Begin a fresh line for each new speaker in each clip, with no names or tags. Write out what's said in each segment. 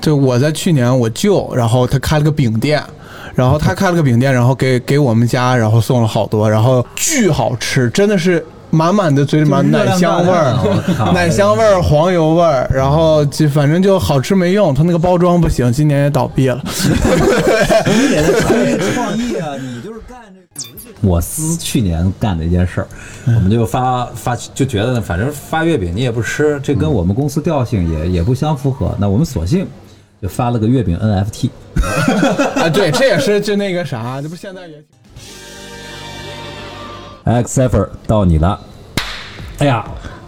就我在去年我舅，然后他开了个饼店，然后他开了个饼店，然后给给我们家，然后送了好多，然后巨好吃，真的是满满的嘴里面奶香味 儿，奶香味儿、黄油味儿，然后就反正就好吃没用，他那个包装不行，今年也倒闭 了。
你得在创意啊，你就是干这个。 我司去年干的一件事儿，
嗯
我们就发发就觉得呢，反正发月饼你也不吃，这
嗯
跟我们公司调性也也不相符合。那我们索性就发了个月饼 NFT。
啊，对，这也是就那个啥，这不现在也
X Cipher 到你了，哎呀，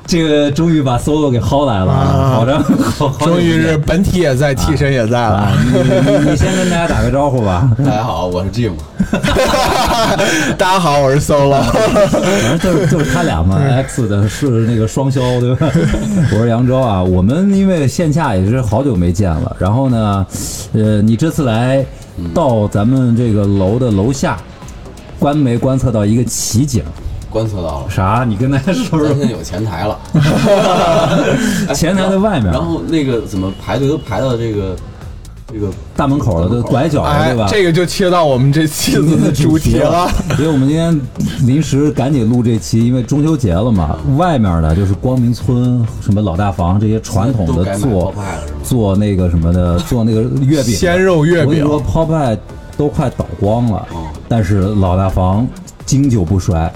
这个终于把 Solo 给薅来了，
啊
好长，好好
终于是本体也在，替身也在了。
啊，你你你先跟大家打个招呼吧。
大家好，我是 Jim。
大家好，我是 Solo。
反正就是就是他俩嘛，X 的是那个双销，对吧？ 我是扬州啊，我们因为线下也是好久没见了，然后呢，呃，你这次来到咱们这个楼的楼下，观没观测到一个奇景？
观测到了，
啥？你跟大 家说
咱
说
现，在有前台了，
前台的外面
然后那个怎么排队都排到这个这个
大门口了，都拐角 了，
哎
对吧？，
这个就切到我们这期
今
子
天
的主题了
了。， 所以我们今天临时赶紧录这期，因为中秋节了嘛，外面的就是光明村、什么老大房这些传统
都
的
改买
做
Popeye 了是吗
做那个什么的， 做那个月饼，
鲜肉月饼哦
我跟你说泡派都快倒光了，但是老大房经久不衰。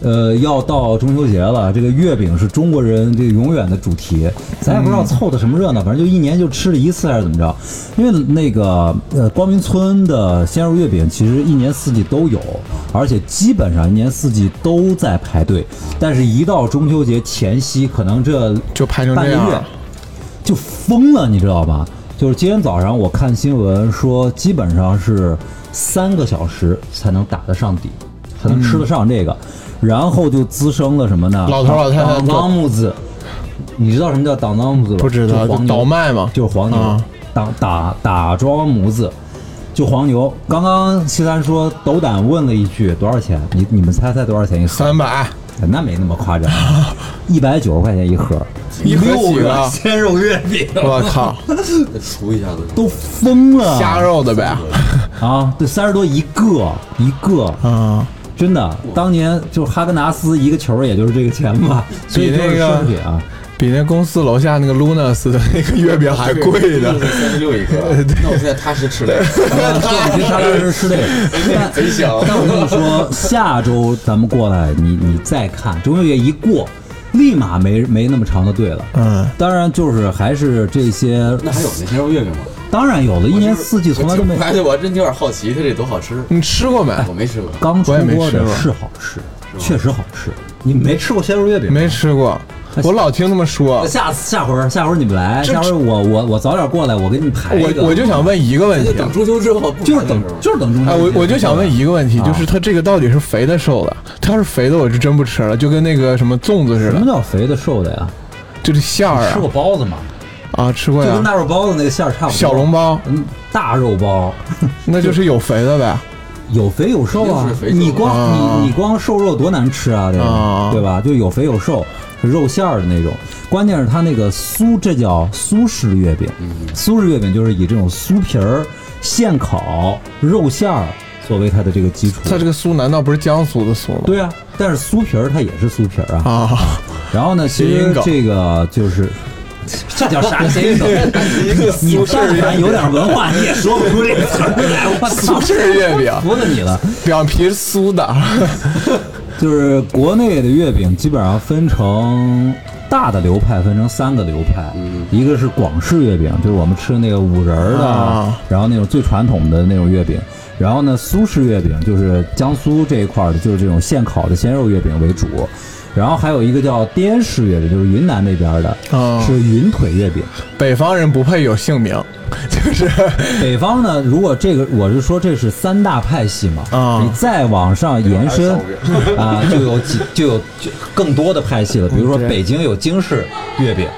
呃，要到中秋节了，这个月饼是中国人这个永远的主题，咱也不知道凑的什么热
嗯
闹，反正就一年就吃了一次还是怎么着。因为那个呃，光明村的鲜肉月饼其实一年四季都有，
哦
而且基本上一年四季都在排队，但是一到中秋节前夕，可能这
就拍成
半
这
个
样啊
月
了，
就疯了，你知道吧？就是今天早上我看新闻说，基本上是三个小时才能打得上底，才能吃得上这个，
嗯
然后就滋生了什么呢？
老头啊老太太
当当木子，你知道什么叫当当木子吧？
不知道
就黄牛
倒卖嘛
就是黄牛
啊，
打打打庄模子，就黄牛。刚刚西三说斗胆问了一句多少钱，你你们猜猜多少钱一盒？
三 百
那没那么夸张，啊一百九十块钱一盒，
一盒几
六
个？
鲜肉月饼
我靠，
再除一下子，
都疯了，
虾肉的呗，
啊，对，三十多一个一个，
嗯，
真的，当年就是哈根达斯一个球儿也就是这个钱吧，所以
比
就
那
是
个
奢侈品啊，
比那公司楼下那个 Lunas 的那个月饼还贵 呢。
三十六一个，那我现在踏实吃了，
对，你差点是这个，但
贼香。
但我跟你说，下周咱们过来，你你再看中秋节一过，立马没没那么长的队了。
嗯，
当然就是还是这些，
那还有那鲜肉月饼吗？
当然有了，一年四季从来都没
我就是我真有点好奇，它这多好吃，
你吃过没？
我没吃过。
刚出
我也没
锅
吃
的
过
是好吃，确实好吃。你没吃过鲜肉月饼吗？
没吃过，我老听他们说
那。下次下回儿下回儿你们来，
这
下回儿我我我早点过来，我给你们排一个。
我我就想问一个问
就
题，啊
等中秋之后，不
就是等
排队是吗
就是等中秋节。
哎，我我就想问一个问
啊
题，就是它这个到底是肥的瘦的？它要是肥的，我是真不吃了，就跟那个什么粽子似
什么
的，
叫肥的瘦的呀？
就是馅儿
嗯吃
啊
过包子吗？
啊，吃
就
过呀
跟，大肉包子那个馅儿差不多。
小笼，包，
嗯，大肉包
那就是有肥的呗。
有肥有瘦啊
肯定是。肥瘦的
你光
啊
你你光瘦肉多难吃啊，这
啊
个对吧？就有肥有瘦，肉馅儿的那种。关键是它那个酥，这叫苏式月饼。
嗯
苏式月饼就是以这种酥皮儿、现烤、肉馅儿作为它的这个基础。
它这个酥难道不是江苏的酥吗？
对啊，但是酥皮儿它也是酥皮儿啊。
啊，
然后呢，其
谐音
实
梗
这个就是。 这叫啥谐音梗？ 你
苏
但
式
凡有点文化，你也说不出这个词儿来。我操
苏，式月饼，
服了你了！
表皮是酥的，
就是国内的月饼基本上分成大的流派，分成三个流派。一个是广式月饼，就是我们吃那个五仁儿的，
啊
然后那种最传统的那种月饼。然后呢，苏式月饼就是江苏这一块儿的，就是这种现烤的鲜肉月饼为主。然后还有一个叫滇式月饼，就是云南那边儿的，
哦
是云腿月饼。
北方人不配有姓名，就是
北方呢，如果这个我是说这是三大派系嘛，
啊
你再往上延伸
还有
啊，就有几就有就更多的派系了。比如说北京有京式月饼，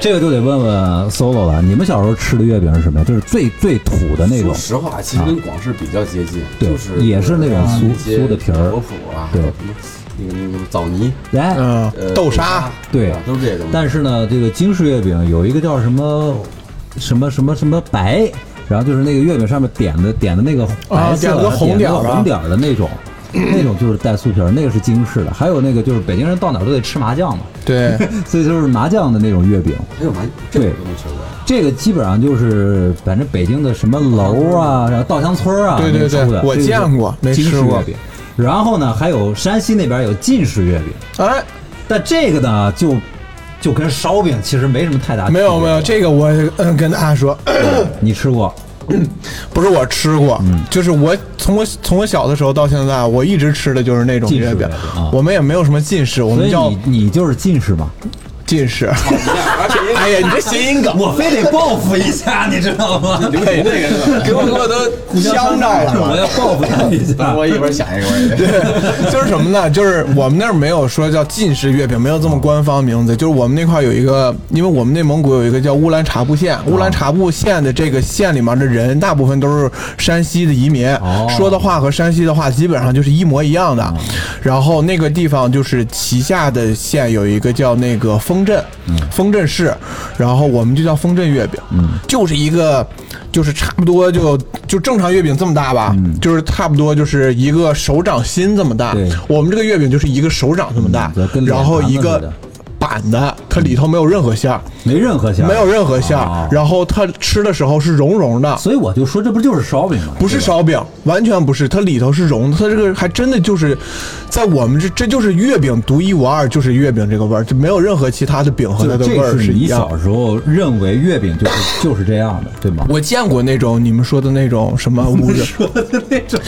这个就得问问 Solo 了。你们小时候吃的月饼是什么呀？就是最最土的那种
说，实话，其实跟广式比较接近，
对
就是
也是那种
啊
酥
一些
酥的皮儿
果脯啊，
对
什么那个那个枣泥、
来。
嗯
呃，
豆沙，
哎对
啊都是这些东西。
但是呢，这个京式月饼有一个叫什么什么什么什么白，然后就是那个月饼上面点的点的那个
啊
白色
点
的、
个红
点
点
那
儿
个
啊
红点儿的那种，那种就是带酥皮儿，那个是京式的。还有那个就是北京人到哪儿都得吃麻酱嘛，
对，
所以就是麻酱的那种月饼。
还有麻这个都没吃过，
这个基本上就是反正北京的什么楼啊，然后稻香村啊，
对对对
那出的
我
这个
见
是
过没
京
吃
式
过
月饼。然后呢，还有山西那边有晋式月饼，
哎，
但这个呢就就跟烧饼其实没什么太大区别
没有没有，这个我嗯跟大家说，
你吃过
不是我吃过，就是我从我从我小的时候到现在，我一直吃的就是那种
近视
月饼
月饼啊。
我们也没有什么近视，我
所
们
以
叫
你你就是近视嘛？
近视。
而且
哎呀，你这谐音梗，
我非得报复一下，你知道 吗？
那个是吧？
给我给我都香着了。
我要报复他 一下。
我一会儿想一个，我也得
就是什么呢？就是我们那儿没有说叫晋式月饼，没有这么官方名字。就是我们那块儿有一个，因为我们内蒙古有一个叫乌兰察布县，乌兰察布县的这个县里面的人大部分都是山西的移民，
哦
说的话和山西的话基本上就是一模一样的。然后那个地方就是旗下的县有一个叫那个丰镇，
嗯
丰镇市，然后我们就叫丰镇月饼，就是一个。就是差不多就就正常月饼这么大吧，就是差不多就是一个手掌心这么大，
嗯对
我们这个月饼就是一个手掌这么大，
嗯跟脸
然后
盘子
一
似
个
的
板的，它里头没有任何馅儿，
没任何馅儿，
没有任何馅儿，
哦
然后它吃的时候是融融的，
所以我就说，这不就是烧饼吗？
不是
对吧，
烧饼，完全不是，它里头是融的，它这个还真的就是，在我们这这就是月饼独一无二，就是月饼这个味儿，就没有任何其他的饼和它的
就
味儿
这是
一
你
样
小。时候认为月饼 就是就是这样的，对吗？
我见过那种你们说的那种什么五 仁，啊
说的那种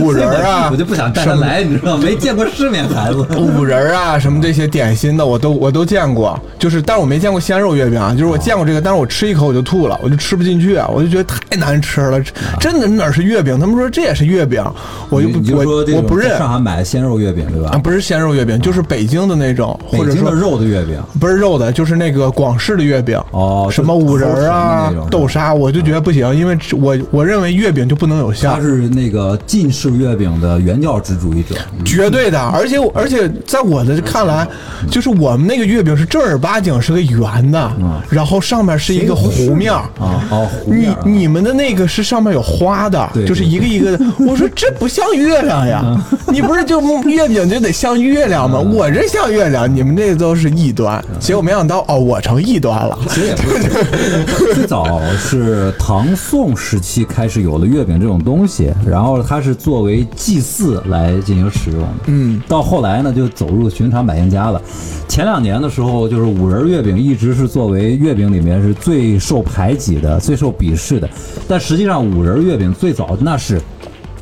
五仁儿啊
我就不想带他来，你知道吗，没见过世面，孩子。
五仁儿啊，什么这些点心的，我都我都见过，就是，但是我没见过鲜肉月饼啊，就是我见过这个，但是我吃一口我就吐了，我就吃不进去，啊我就觉得太难吃了，真的哪是月饼？他们说这也是月饼，我就
啊你
不
你就
我
说这
我
种
不认
在上海买的鲜肉月饼，对
啊，
吧？
不是鲜肉月饼，就是北京的那种，
北
或者
京
说
的肉的月饼，
不是肉的，就是那个广式的月饼
哦
什么五仁儿啊
就是、
豆沙，我就觉得不行，因为我我认为月饼就不能有馅儿
他。是那个晋式月饼的原教旨主义者。
绝对的，而且而且在我的看来，
嗯
就是我们那个月饼是正儿八经是个圆的，
嗯
然后上面是一个
谁
弧面儿。
啊，哦，湖面
你
儿
你们的那个是上面有花的
对，嗯
就是一个一 个的。我说这不像月亮呀，你不是就月饼就得像月亮吗？我这像月亮，你们这都是异端。结果没想到哦，我成异端了。
其实也不是，最早是唐宋时期开始有了月饼这种东西，然后它是作为祭祀来进行使用的。嗯，到后来呢，就走入寻常百姓家了。前两年的时候，就是五仁月饼一直是作为月饼里面是最受排挤的、最受鄙视的，但实际上五仁月饼最早那是。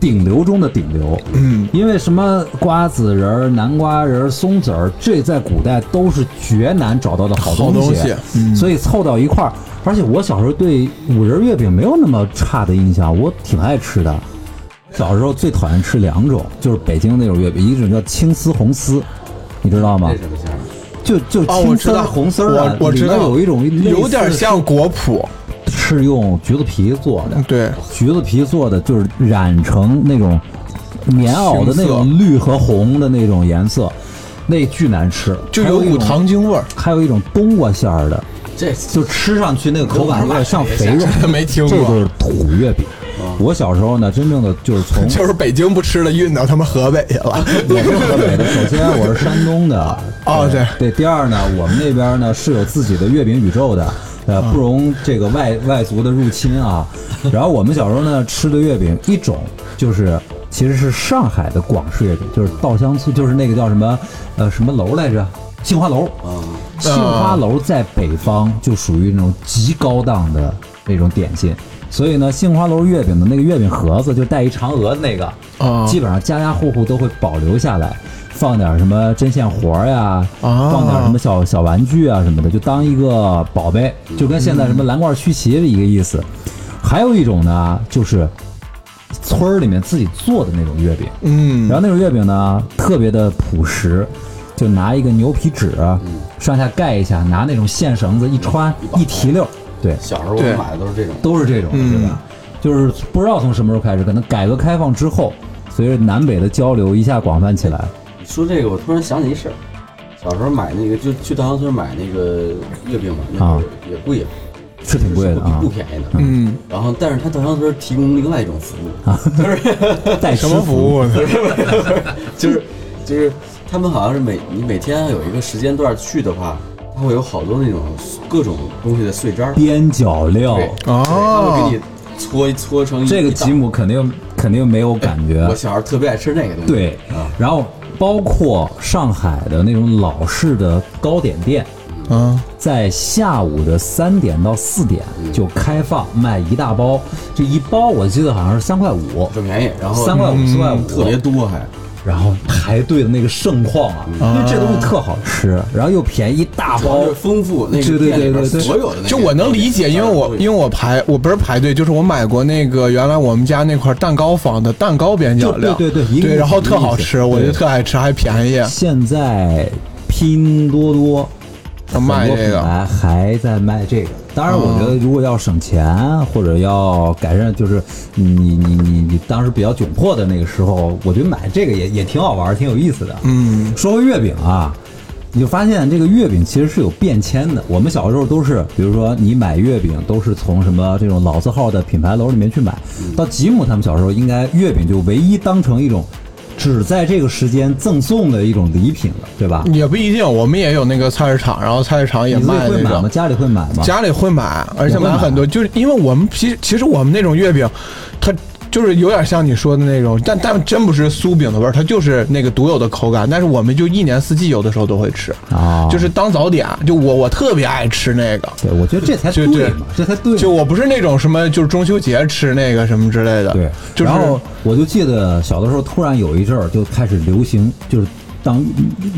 顶流中的顶流，嗯，因为什么瓜子仁儿、南瓜仁儿、松子儿，这在古代都是绝难找到的好
好
东
东西
所以凑到一块儿。而且我小时候对五仁月饼没有那么差的印象，我挺爱吃的。小时候最讨厌吃两种，就是北京那种月饼，一种叫青丝红丝，你知道吗
这？什么馅儿？啊
就就
哦，我
青
知
丝儿
道
红丝儿啊，
我我知道
里面有一种类似
有点像果脯，
是用橘子皮做的，
对，
橘子皮做的就是染成那种棉袄的那
青
种绿和红的那种颜色，那巨难吃，
就
还
有
有一
股
种
糖精味儿。
还有一种冬瓜馅儿的，
这
就吃上去那个口感有点像肥肉，
没听
这就
过，
是土月饼。我小时候呢，真正的就是从
就是北京不吃了，运到他们河北去 了。
我是河北的，首先我是山东的，
哦对
对，第二呢，我们那边呢是有自己的月饼宇宙的，呃，
啊
不容这个外外族的入侵啊。然后我们小时候呢吃的月饼一种就是。其实是上海的广式月饼，就是稻香村，就是那个叫什么，呃，什么楼来着？杏花楼。
嗯，
杏花楼在北方就属于那种极高档的那种点心，所以呢，杏花楼月饼的那个月饼盒子就带一嫦娥的那个，
啊
基本上家家户户都会保留下来，放点什么针线活儿呀，
啊
放点什么小小玩具啊什么的，就当一个宝贝，就跟现在什么蓝罐曲奇的一个意思。还有一种呢，就是村儿里面自己做的那种月饼，
嗯，
然后那种月饼呢，特别的朴实，就拿一个牛皮纸上下盖一下，拿那种线绳子一穿一提溜儿，对，
小时候我
对
们买的都是这种，
都是这种的，
嗯
对吧？就是不知道从什么时候开始，可能改革开放之后，随着南北的交流一下广泛起来，
你说这个，我突然想起一事儿，小时候买那个，就去稻香村买那个月饼嘛，那会儿也贵呀、
啊是挺贵的啊
不便宜的。
嗯，
然后，但是它德阳村提供另外一种服务，
啊
就是
带
什么
吃
服务呢？
就是就是他们好像是每你每天有一个时间段去的话，它会有好多那种各种东西的碎渣儿，
边角料，
对，
哦
他会给你搓搓成一
这个
一大
吉姆肯定肯定没有感觉
我。小孩儿特别爱吃那个东西。
对
啊，，
然后包括上海的那种老式的糕点店，
嗯，
在下午的三点到四点就开放卖一大包，这一包我记得好像是三块五，
很便宜，然后
三块五四块五，
特别多还。
然后排队的那个盛况啊，因为这东西特好吃，然后又便宜一大
主要
包
是，丰富那
对
个
对
店里
对
边
对对
所有的那个，
就我能理解，因为我因为
为
我排我不是排队，就是我买过那个原来我们家那块蛋糕坊的蛋糕边角料，
就对对对一个意
对，
思
然后特好
一
吃，
个意思
我就
对
特爱吃，还便宜，
现在拼多多
啊卖
很多
这
品
个
牌还在卖这个。当然，我觉得如果要省钱或者要改善，就是你你你你你当时比较窘迫的那个时候，我觉得买这个也也挺好玩儿，挺有意思的。
嗯，
说回月饼啊，你就发现这个月饼其实是有变迁的。我们小时候都是，比如说你买月饼都是从什么这种老字号的品牌楼里面去买，到吉姆他们小时候应该月饼就唯一当成一种只在这个时间赠送的一种礼品了，对吧？
也不一定，我们也有那个菜市场，然后菜市场嗯也
你自己
卖
会
那
买吗？
个。
家里会买吗？
家里会买，而且
也会
买
买
很多，就是因为我们其其实我们那种月饼，它就是有点像你说的那种，但但真不是酥饼的味儿，它就是那个独有的口感。但是我们就一年四季有的时候都会吃，
啊，
就是当早点，就我我特别爱吃那个，
对，我觉得这才
就
对嘛，这才对嘛。
就我不是那种什么，就是中秋节吃那个什么之类的，
对，
就是
然后我就记得小的时候，突然有一阵儿就开始流行，就是当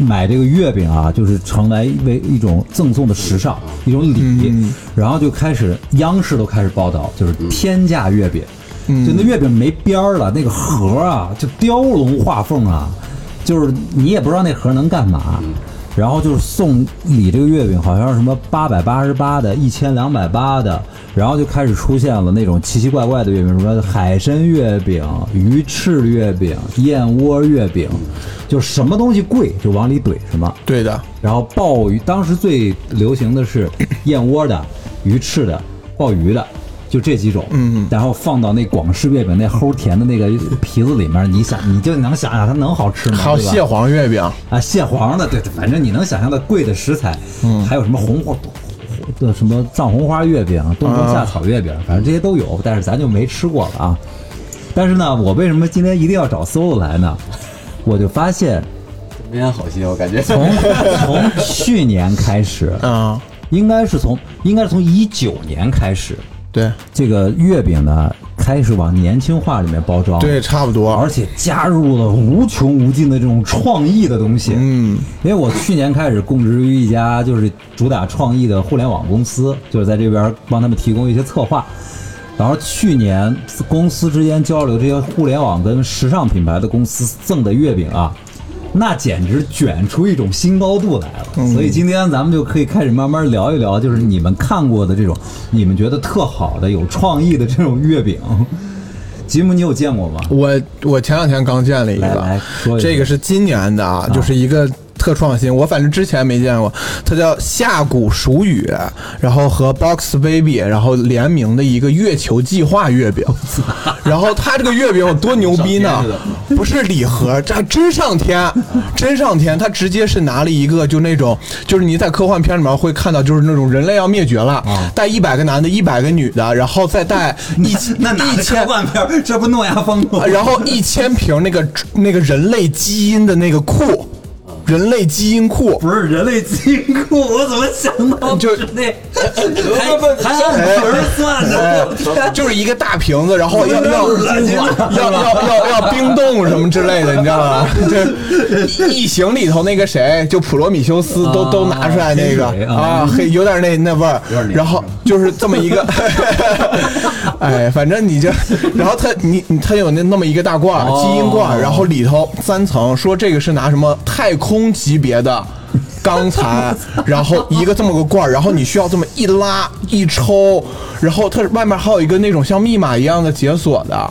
买这个月饼啊，就是成为为一种赠送的时尚，一种礼。
嗯
然后就开始央视都开始报道，就是天价月饼，
嗯
就那月饼没边儿了，那个盒儿啊就雕龙画凤啊，就是你也不知道那盒儿能干嘛。然后就是送礼这个月饼，好像是什么八百八十八的、一千两百八的，然后就开始出现了那种奇奇怪怪的月饼，什么海参月饼、鱼翅月饼、燕窝月饼，就什么东西贵就往里怼什么。
对的，
然后鲍鱼，当时最流行的是 燕窝的、鱼翅的、鲍鱼的，就这几种。嗯，然后放到那广式月饼那齁甜的那个皮子里面，你想，你就能想想它能好吃吗？
还有
对吧
蟹黄月饼，
啊，蟹黄的，对，反正你能想象的贵的食材，嗯，还有什么红花，的什么藏红花月饼、冬虫夏草月饼，反正这些都有，但是咱就没吃过了啊。但是呢，我为什么今天一定要找 solo 来呢？我就发现
没安好心，我感觉
从从去年开始，
啊，
应该是从应该是从一九年开始，
对
这个月饼呢开始往年轻化里面包装，
对，，差不多
而，且加入了无穷无尽的这种创意的东西。
嗯，
因为我去年开始供职于一家就是主打创意的互联网公司，就是在这边帮他们提供一些策划。然后去年公司之间交流这些互联网跟时尚品牌的公司赠的月饼啊，那简直卷出一种新高度来了。所以今天咱们就可以开始慢慢聊一聊，就是你们看过的这种你们觉得特好的、有创意的这种月饼。吉姆，你有见过吗？
我我前两天刚见了一
来来
个，
说一说
这个是今年的啊，就是一个。特创新，我反正之前没见过，它叫下谷鼠语，然后和 Box Baby 然后联名的一个月球计划月饼，然后它这个月饼有多牛逼
上天
呢
似的？
不是礼盒，这还真上天，真上天！他直接是拿了一个，就那种，就是你在科幻片里面会看到，就是那种人类要灭绝了，带一百个男的，一百个女的，然后再带一千
那哪
一
个科
千。
幻片儿？这不诺亚方舟
啊？然后一千瓶那个那个人类基因的那个库，人类基因库，
不是人类基因库，我怎么想到
就是
那还还按盒儿算
哎
的？我天
就是一个大瓶子，然后要要
不
要
是垃圾话
要要要要冰冻什么之类的，你知道吗？ 这异形里头那个谁，就普罗米修斯都
啊
都拿出来那个
天水啊
啊，嘿，有点那那味儿
有点。黏
然后就是这么一 个，哎，反正你这，然后它你你它有那那么一个大罐儿
哦
基因罐儿，然后里头三层，说这个是拿什么太空级别的。 钢材，然后一个这么个罐儿，然后你需要这么一 拉一抽，然后它外面还有一个那种像密码一样的解锁的，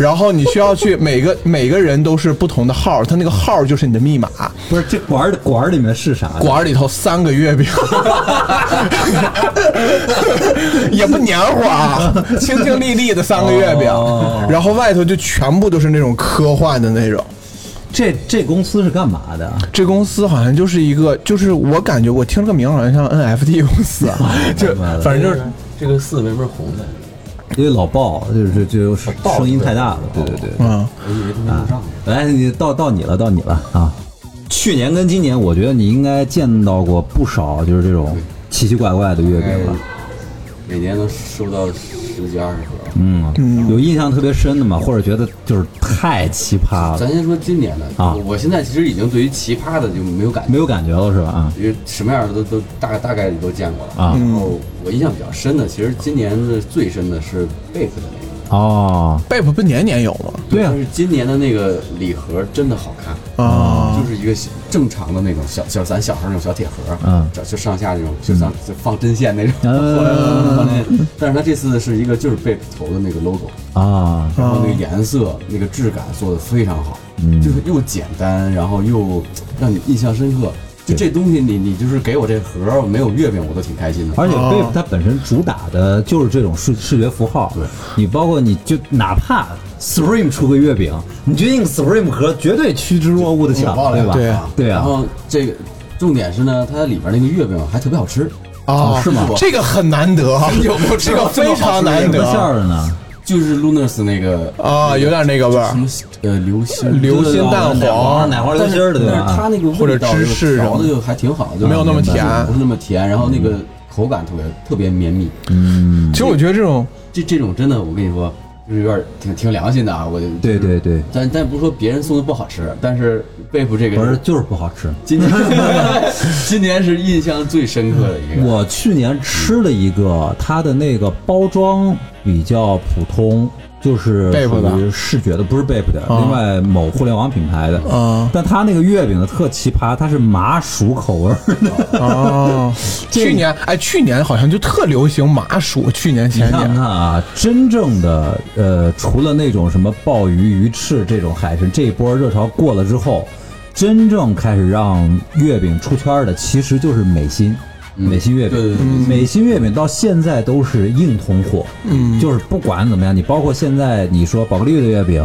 然后你需要去每个每个人都是不同的号，他那个号就是你的密码。
不是这管儿管儿里面是啥呢？
馆儿里头三个月饼， 也不黏糊 啊，清清丽丽的三个月饼
哦，
然后外头就全部都是那种科幻的那种。
这这公司是干嘛的？啊
这公司好像就是一个，就是我感觉我听了个名，好像像 NFT 公司啊，就反正就是
这个四为什么是红的？
因为老鲍就是就是声音太大了，对对对。
嗯，
我以为他没录上。
来，你到到你了，到你了啊！去年跟今年，我觉得你应该见到过不少，就是这种奇奇怪怪的月饼了。
每年能收到十几二十盒。
嗯，有印象特别深的嘛，或者觉得就是太奇葩了，
咱先说今年的
啊
我我现在其实已经对于奇葩的就没有感觉，
没有感觉了是吧？啊
因为什么样的都都大大概率都见过了。
啊
然后我印象比较深的，其实今年的最深的是贝克的那个，
哦，
贝普不年年有吗？
对啊
但，是今年的那个礼盒真的好看。
啊，
就是一个小正常的那种小小咱小时候那种小铁盒，
嗯
就就上下那种，就像就放针线那种，
嗯
放针线但是它这次是一个就是贝头的那个 logo，
啊，
然后那个颜色、那个质感做的非常好，
嗯
就是又简单，然后又让你印象深刻。就这东西你，你就是给我这盒，没有月饼我都挺开心的。
而且
哦
Bape 它本身主打的就是这种视视觉符号，对你包括你就哪怕 Supreme 出个月饼，你觉得那个 Supreme 盒绝对趋之若鹜的
小
抢，
爆了
对吧？
对哦
对
然
啊，
后这个重点是呢，它里边那个月饼还特别好吃，
哦
啊，
是吗
这个很难得，啊 这个非常难
什么馅
得
儿的呢？
就是 Lunas 那个
啊，有点那个味儿
什。么呃流星
流
就是
心蛋
奶
黄
奶黄流
但
心
是
儿的，对
但是它
吧？
那个
或者
味道
芝
就
士什
调
么
的
的
就还挺好，就
没有那么甜嗯
不是那么甜，然后那个口感特别特别绵密。
嗯，
其实我觉得这种
这这种真的，我跟你说，就是有点挺挺良心的啊。我就
对，对对，
但但不是说别人送的不好吃，但是贝普这个
不是就是不好吃。
今 年今年是印象最深刻的一个。
我去年吃了一个，它的那个包装比较普通，就是属
Bape 的
于视觉的，不是 Bape 的，
啊
另外某互联网品牌的。
啊
但它那个月饼呢特奇葩，它是麻薯口味儿的。
啊，去年哎，去年好像就特流行麻薯，去年
你
前
看
年
看啊，真正的呃，除了那种什么鲍鱼、鱼翅这种海参，这一波热潮过了之后，真正开始让月饼出圈的，其实就是美心。美心月饼，
对对对
美心月饼到现在都是硬通货，嗯，就是不管怎么样，你包括现在你说宝格丽的月饼，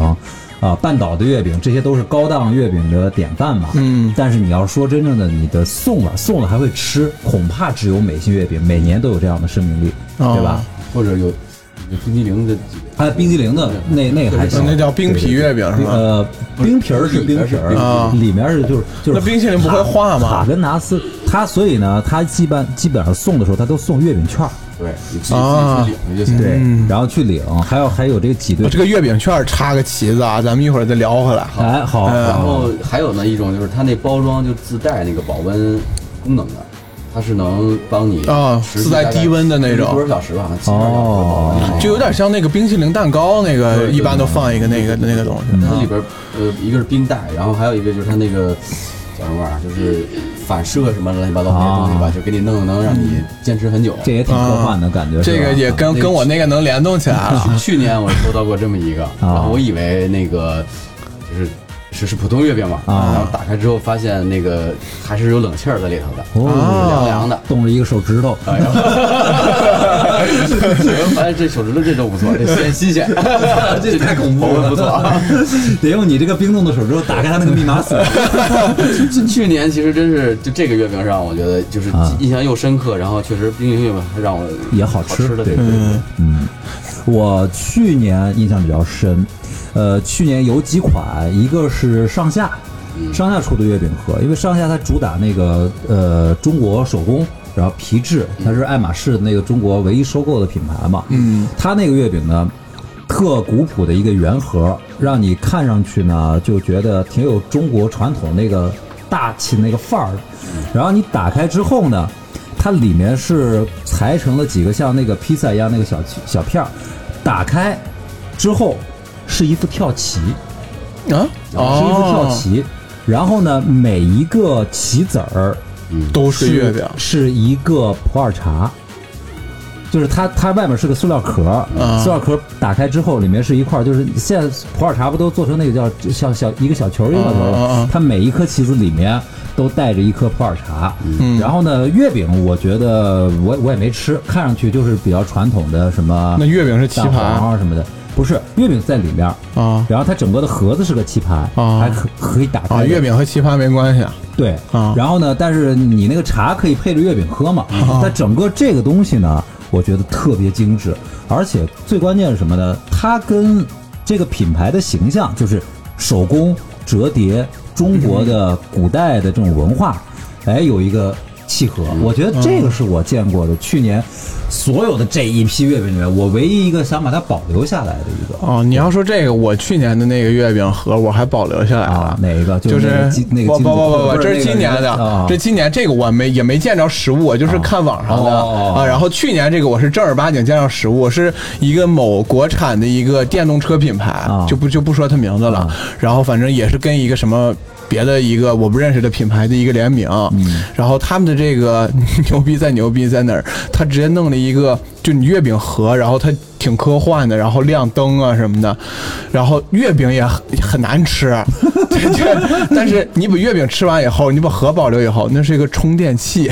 啊、半岛的月饼，这些都是高档月饼的典范嘛，
嗯，
但是你要说真正的你的送了，送了还会吃，恐怕只有美心月饼每年都有这样的生命力，
哦
对吧？
或者有有冰激凌的
还有哎冰激凌的那那个还行，
那叫冰皮月饼是吧？
呃，冰皮儿是冰皮
里面是冰
儿
皮
啊，
里面是就是就
那
是
冰淇淋不会化吗
哈根达斯，它所以呢，它基本基本上送的时候，它都送月饼券儿，
对，你自己自
啊
己去领着就行。
对，然后去领，还有还有这个挤兑
哦我，这个月饼券插个旗子啊，咱们一会儿再聊回来。
哎，好，
然
好
嗯
后还有呢一种就是它那包装就自带那个保温功能的，它是能帮你
啊
持续
自带
大概
低温的那种
多少小时吧，好像七八小时
哦
保温
就有点像那个冰淇淋蛋糕，那
对
个
对
一般都放一个那个那个东西
它里边儿呃一个是冰袋，然后还有一个就是它那个叫什么玩意儿，就是反射什么乱七八糟那些东西吧，
啊
就给你弄能让你坚持很久。
这也挺科幻的感觉，
嗯这个也
是吧啊
跟
那
跟我那个能联动起来了。
去年我收到过这么一
啊
个，然后我以为那个就是是是普通月饼嘛，
啊
然后打开之后发现那个还是有冷气儿在里头的。
哦，
凉凉的，
动着一个手指头，
哎呀，反正这手指头这都 不错，这新新鲜， 这太恐怖了，不错。啊
得用你这个冰冻的手指头打开它那个密码锁，
去 去年其实真是就这个月饼让我觉得就是
啊
印象又深刻，然后确实冰淇淋月饼还让我
也好吃
的
对
对对，
嗯，我去年印象比较深，呃，去年有几款，一个是上下，上下出的月饼盒，因为上下它主打那个呃中国手工，然后皮质，它是爱马仕那个中国唯一收购的品牌嘛，嗯，它那个月饼呢。特古朴的一个圆盒，让你看上去呢就觉得挺有中国传统那个大气那个范儿的。然后你打开之后呢，它里面是裁成了几个像那个披萨一样那个小小片儿，打开之后是一副跳棋，
啊，
是一副跳
哦，
棋。然后呢，每一个棋子儿
都是
是
月饼
是一个普洱茶，就是它它外面是个塑料壳儿，
嗯
塑料壳儿打开之后里面是一块儿，就是现在普洱茶不都做成那个叫像小一个小球儿一个小球儿
嗯嗯嗯
它每一颗棋子里面都带着一颗普洱茶。
嗯
然后呢，月饼我觉得我我也没吃，看上去就是比较传统的什么
那月饼是棋
蛋黄
盘
啊什么的，不是月饼在里面儿。
啊
然后它整个的盒子是个棋盘，
啊
还可可以打开的、
啊，月饼和棋盘没关系啊。
对
啊
然后呢，但是你那个茶可以配着月饼喝嘛。但整个这个东西呢，我觉得特别精致，而且最关键是什么呢？它跟这个品牌的形象，就是手工折叠中国的古代的这种文化，哎，有一个。契合，
嗯
我觉得这个是我见过的。去年所有的这一批月饼里面，我唯一一个想把它保留下来的一个
哦，你要说这个，我去年的那个月饼盒我还保留下来
啊
了，。
哪一个？
就是
那个金那个
不
金
不不
子
不
不
不，这
那
是
个
今年的
啊，
这今年这个我没也没见着实物，我就是看网上的
哦哦哦
啊。然后去年这个我是正儿八经见着实物，是一个某国产的一个电动车品牌
啊，
就不就不说它名字了
啊。
然后反正也是跟一个什么别的一个我不认识的品牌的一个联名，
嗯
然后他们的这个牛逼在牛逼在哪儿？他直接弄了一个就你月饼盒，然后它挺科幻的，然后亮灯啊什么的，然后月饼也很很难吃， 对对但是你把月饼吃完以后，你把盒保留以后，那是一个充电器。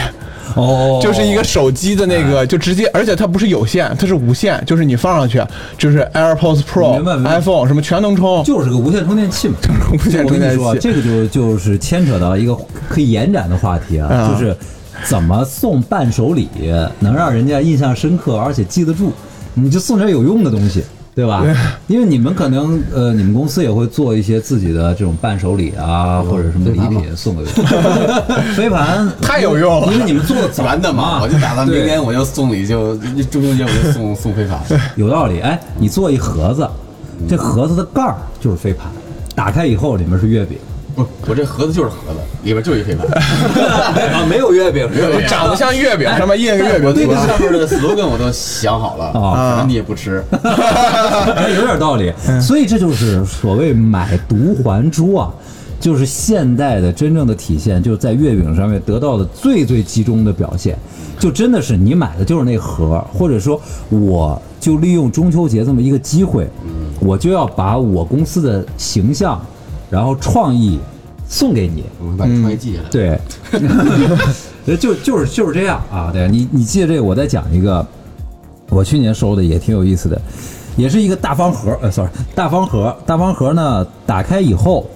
哦，哎
就是一个手机的那个，就直接，而且它不是有线，它是无线，就是你放上去，啊就是 AirPods
明白
Pro
明、白
iPhone 什么全能充，
就是个无线充电器嘛。
无线
我
充
跟
电
你说，
器。
这个就就是牵扯到一个可以延展的话题啊，
啊
就是怎么送伴手礼能让人家印象深刻，而且记得住，你就送点有用的东西。对吧？因为你们可能呃，你们公司也会做一些自己的这种伴手礼啊，或者什么礼品送给飞盘，
太有用了
因为你们做的早
完的
嗯
嘛，我就打算明天我就送礼，就中秋节我就送送飞盘。
有道理。哎，你做一盒子，这盒子的盖儿就是飞盘，打开以后里面是月饼，
不，我这盒子就是盒子，里边就一 飞盘。
啊，没有月饼，没有
长得像月饼，上面印个月
我
哎
饼
那
图
个
案。
上面的 slogan 我都想好了，
啊
反正你也不吃。
哎，有点道理。所以这就是所谓买椟还珠啊，就是现代的真正的体现，就是在月饼上面得到的最最集中的表现。就真的是你买的就是那盒儿，或者说我就利用中秋节这么一个机会，我就要把我公司的形象，然后创意送给你。
我们把创意记下来。
对，就就是就是这样啊。对你你记得这个，我再讲一个，我去年收的也挺有意思的，也是一个大方盒，呃，sorry，大方盒，大方盒呢，打开以后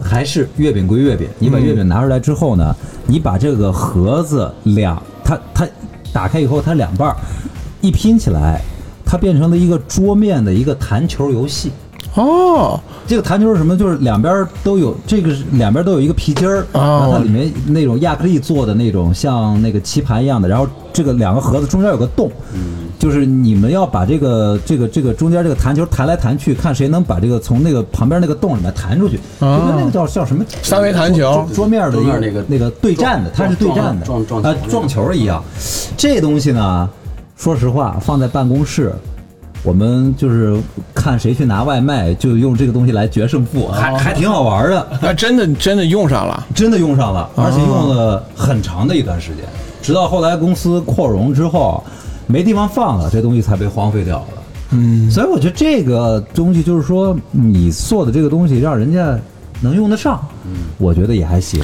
还是月饼归月饼，你把月饼拿出来之后呢，你把这个盒子两，它它打开以后它两半儿一拼起来，它变成了一个桌面的一个弹球游戏。
哦，
这个弹球是什么？就是两边都有，这个是两边都有一个皮筋儿，
哦
然后它里面那种亚克力做的那种像那个棋盘一样的，然后这个两个盒子中间有个洞，
嗯
就是你们要把这个这个这个中间这个弹球弹来弹去，看谁能把这个从那个旁边那个洞里面弹出去，
哦
就跟那个叫叫什么
三维弹球
桌桌面的一
桌面那个
那个对战的，它是对战的，
撞
啊
撞撞撞球
撞球一样，这东西呢，说实话放在办公室。我们就是看谁去拿外卖，就用这个东西来决胜负，还还挺好玩的，啊
那真的真的用上了。
真的用上了，而且用了很长的一段时间，直到后来公司扩容之后，没地方放了，这东西才被荒废掉了。嗯，所以我觉得这个东西就是说，你做的这个东西让人家能用得上，我觉得也还行。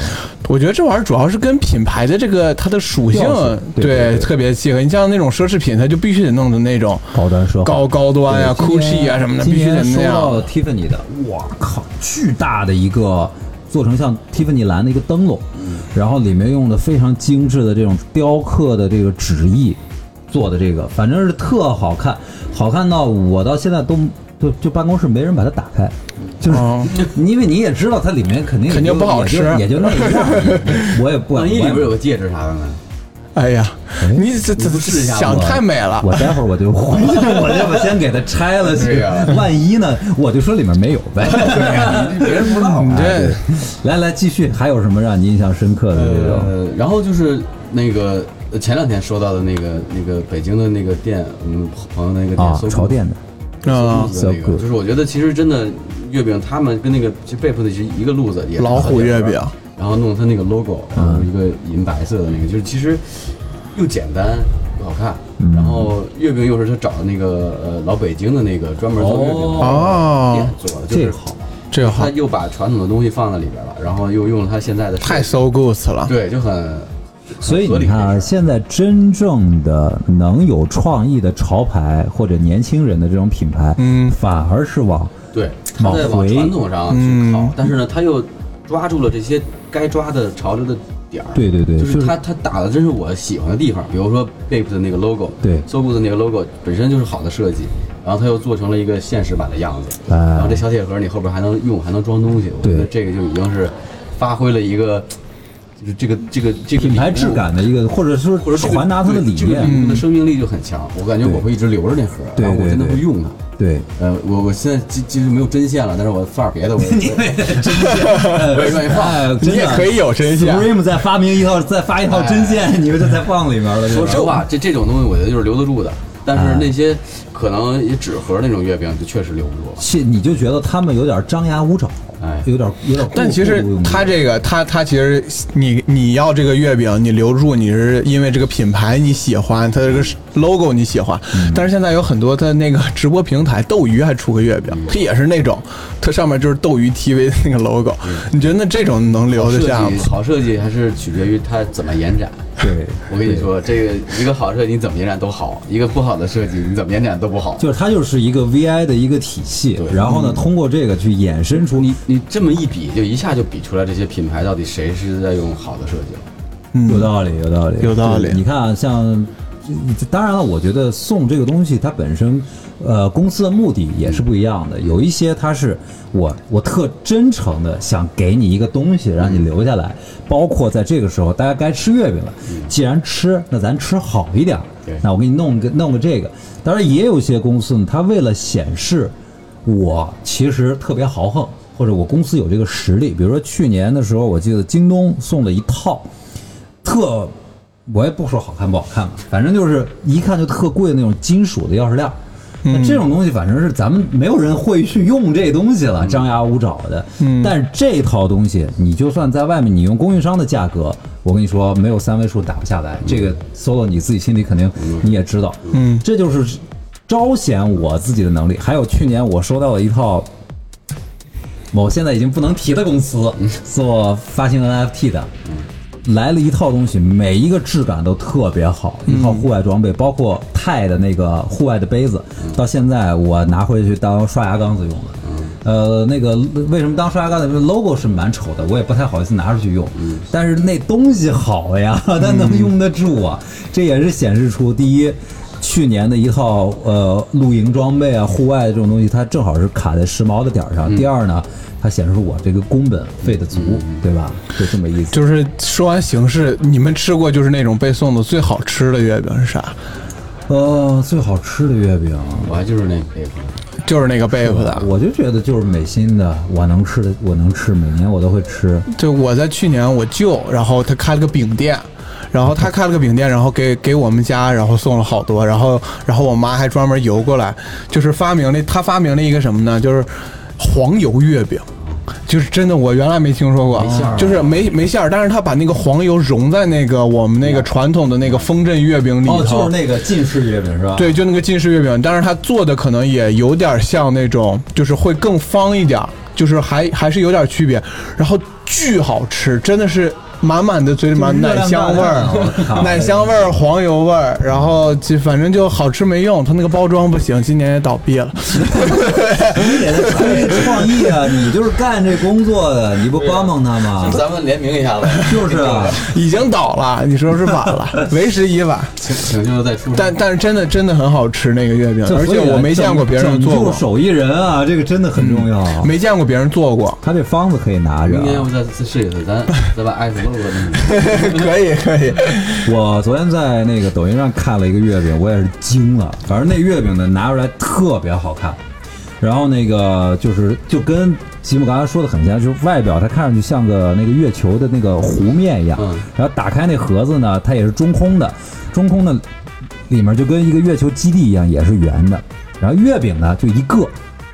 我觉得这玩意儿主要是跟品牌的这个它的属性
调性对对对
特别契合。你像那种奢侈品，它就必须得弄的那种
高端奢华
高高端呀、
对今年
Gucci 啊什么的，
今
必须得
年收
那
到
样。
Tiffany 的，我靠，巨大的一个做成像蒂芬尼蓝的一个灯笼，
嗯
然后里面用的非常精致的这种雕刻的这个纸艺做的这个，反正是特好看，好看到我到现在都就就办公室没人把它打开，就是、
哦
你 因为你也知道它里面肯定也
肯定
就
不好
也就
吃
也就那一 样，我也不管。
万一
我
里
也
边有个戒指啥的呢？
哎呀，你这这
你
这
不试一下
想
我
太美了。
我待会儿我就 回去，我就我先给它拆了去
对呀，
万一呢？我就说里面没有呗。
别人不知道。
你
哎
这
对 来来继续，还有什么让你印象深刻的这种？
呃，然后就是那个呃前两天说到的那个那个北京的那个店，我们朋友那个店
啊
搜，
潮店的，
啊
搜子那
So
个，
good
就是我觉得其实真的月饼他们跟那个就贝普的是一个路子，也是
老虎月饼，
然后弄它那个 logo，然后一个银白色的那个，就是其实又简单。不好看。然后月饼又是他找的那个呃老北京的那个专门做月饼
哦
的店做的，就是
这个
好。
这个好
他，又把传统的东西放在里边了，然后又用了他现在的设计
太 so good 了。
对，就很
所以
合
你
理
看
这
啊，
事儿
现在真正的能有创意的潮牌或者年轻人的这种品牌，
嗯
反而是往
对，他在
往
往
回
传统上去靠
嗯，
但是呢，他又抓住了这些该抓的潮流的点儿。
对对对
就
就是是
他他打的真是我喜欢的地方，比如说 Bape 的那个 logo，
对
，So Good 的那个 logo 本身就是好的设计，然后他又做成了一个现实版的样子，
哎
然后这小铁盒你后边还能用，还能装东西，我觉得
对
这个就已经是发挥了一个就是这个这个这个
品牌
礼物
质感的一个，或者说
或者这个
传达它的
对
理
这个嗯
念，嗯
礼物的生命力就很强，我感觉我会一直留着那盒，
对
然后我
对
真的
对
会用它。
对，
呃，我我现在即即使没有针线了，但是我放点别的，我 也我也愿意放。
哎，
你也可以有针线
Dream 再发明一套，再发一套针线，你们就再放里面了。
说实
这
话，这这种东西我觉得就是留得住的，但是那些可能也纸盒那种月饼就确实留不住。
其你就觉得他们有点张牙舞爪，
哎
有点有点过。
但其实
过度用力
他这个，他他其实你你要这个月饼，你留住你是因为这个品牌你喜欢，它这个 logo 你喜欢。
嗯
但是现在有很多的那个直播平台，斗鱼还出个月
嗯
饼，它也是那种，它上面就是斗鱼 TV 那个 logo。你觉得那这种能留
设
得
计
下吗？
好设计还是取决于它怎么延展。
对，
我跟你说，这个一个好设计你怎么延展都好，一个不好的设计你怎么延展都不好。
就是它就是一个 VI 的一个体系，然后呢，通过这个去衍生出
你你这么一比，就一下就比出来这些品牌到底谁是在用好的设计了。
有道理，有道理，
有道理
对你看啊，像这当然了，我觉得送这个东西它本身，呃，公司的目的也是不一样的。有一些它是我我特真诚的想给你一个东西，让你留下来。包括在这个时候，大家该吃月饼了，既然吃，那咱吃好一点儿
对。
那我给你弄个弄个这个。当然，也有些公司呢，它为了显示我其实特别豪横。或者我公司有这个实力，比如说去年的时候，我记得京东送了一套，特，我也不说好看不好看吧，反正就是一看就特贵的那种金属的钥匙链儿。那这种东西，反正是咱们没有人会去用这东西了，张牙舞爪的。嗯，但是这套东西，你就算在外面，你用供应商的价格，我跟你说，没有三位数打不下来。这个 solo 你自己心里肯定你也知道。嗯，这就是彰显我自己的能力。还有去年我收到了一套某现在已经不能提的公司做发行 NFT 的，来了一套东西，每一个质感都特别好，一套户外装备，包括钛的那个户外的杯子，到现在我拿回去当刷牙缸子用了。呃，那个为什么当刷牙缸子？logo 是蛮丑的，我也不太好意思拿出去用。但是那东西好呀， 它能用得住啊。这也是显示出第一，去年的一套呃露营装备啊，户外的这种东西，它正好是卡在时髦的点儿上。第二呢，它显示出我这个工本费得足，对吧？就这么意思。
就是说完形式，你们吃过就是那种被送的最好吃的月饼是啥？
呃，最好吃的月饼，
我还就是那那个，
就是那个贝普的。
我就觉得就是美心的，我能吃的我能吃，每年我都会吃。
就我在去年我舅，然后他开了个饼店，然后他开了个饼店，然后给给我们家，然后送了好多，然后然后我妈还专门邮过来，就是发明了他发明了一个什么呢？就是黄油月饼。就是真的，我原来没听说过
没馅儿啊，
就是没没馅儿，但是他把那个黄油融在那个我们那个传统的那个风镇月饼里
哦
头，
哦那个近视月饼是吧，
对，就那个近视月饼，但是它做的可能也有点像那种，就是会更方一点儿，就是还还是有点区别。然后巨好吃，真的是满满的嘴里面奶香味
就是热量大嗯
儿，哦
的
奶香味儿、黄油味儿，然后就反正就好吃没用。它那个包装不行，今年也倒 闭了。
哎你给 他创意创意啊！你就是干这工作的，你不帮帮他吗？
啊 咱们联名一下子，
就是啊，
已经倒了，你说是晚 了，为时已晚。
请请就是再出手。
但但是真的真的很好吃那个月饼，而且我没见过别人做
啊拯救
过，嗯
手艺人啊，这个真的很重要。
没见过别人做 过，
他这方子可以拿着
明
啊。
年我再再试一试，咱咱把 S logo 那个。
可以可以。
我昨天在那个抖音上看了一个月饼，我也是惊了。反正那月饼呢，拿出来特别好看。然后那个就是就跟吉姆刚才说的很像，就是外表它看上去像个那个月球的那个弧面一样。
嗯
然后打开那盒子呢，它也是中空的，中空的里面就跟一个月球基地一样，也是圆的。然后月饼呢，就一个，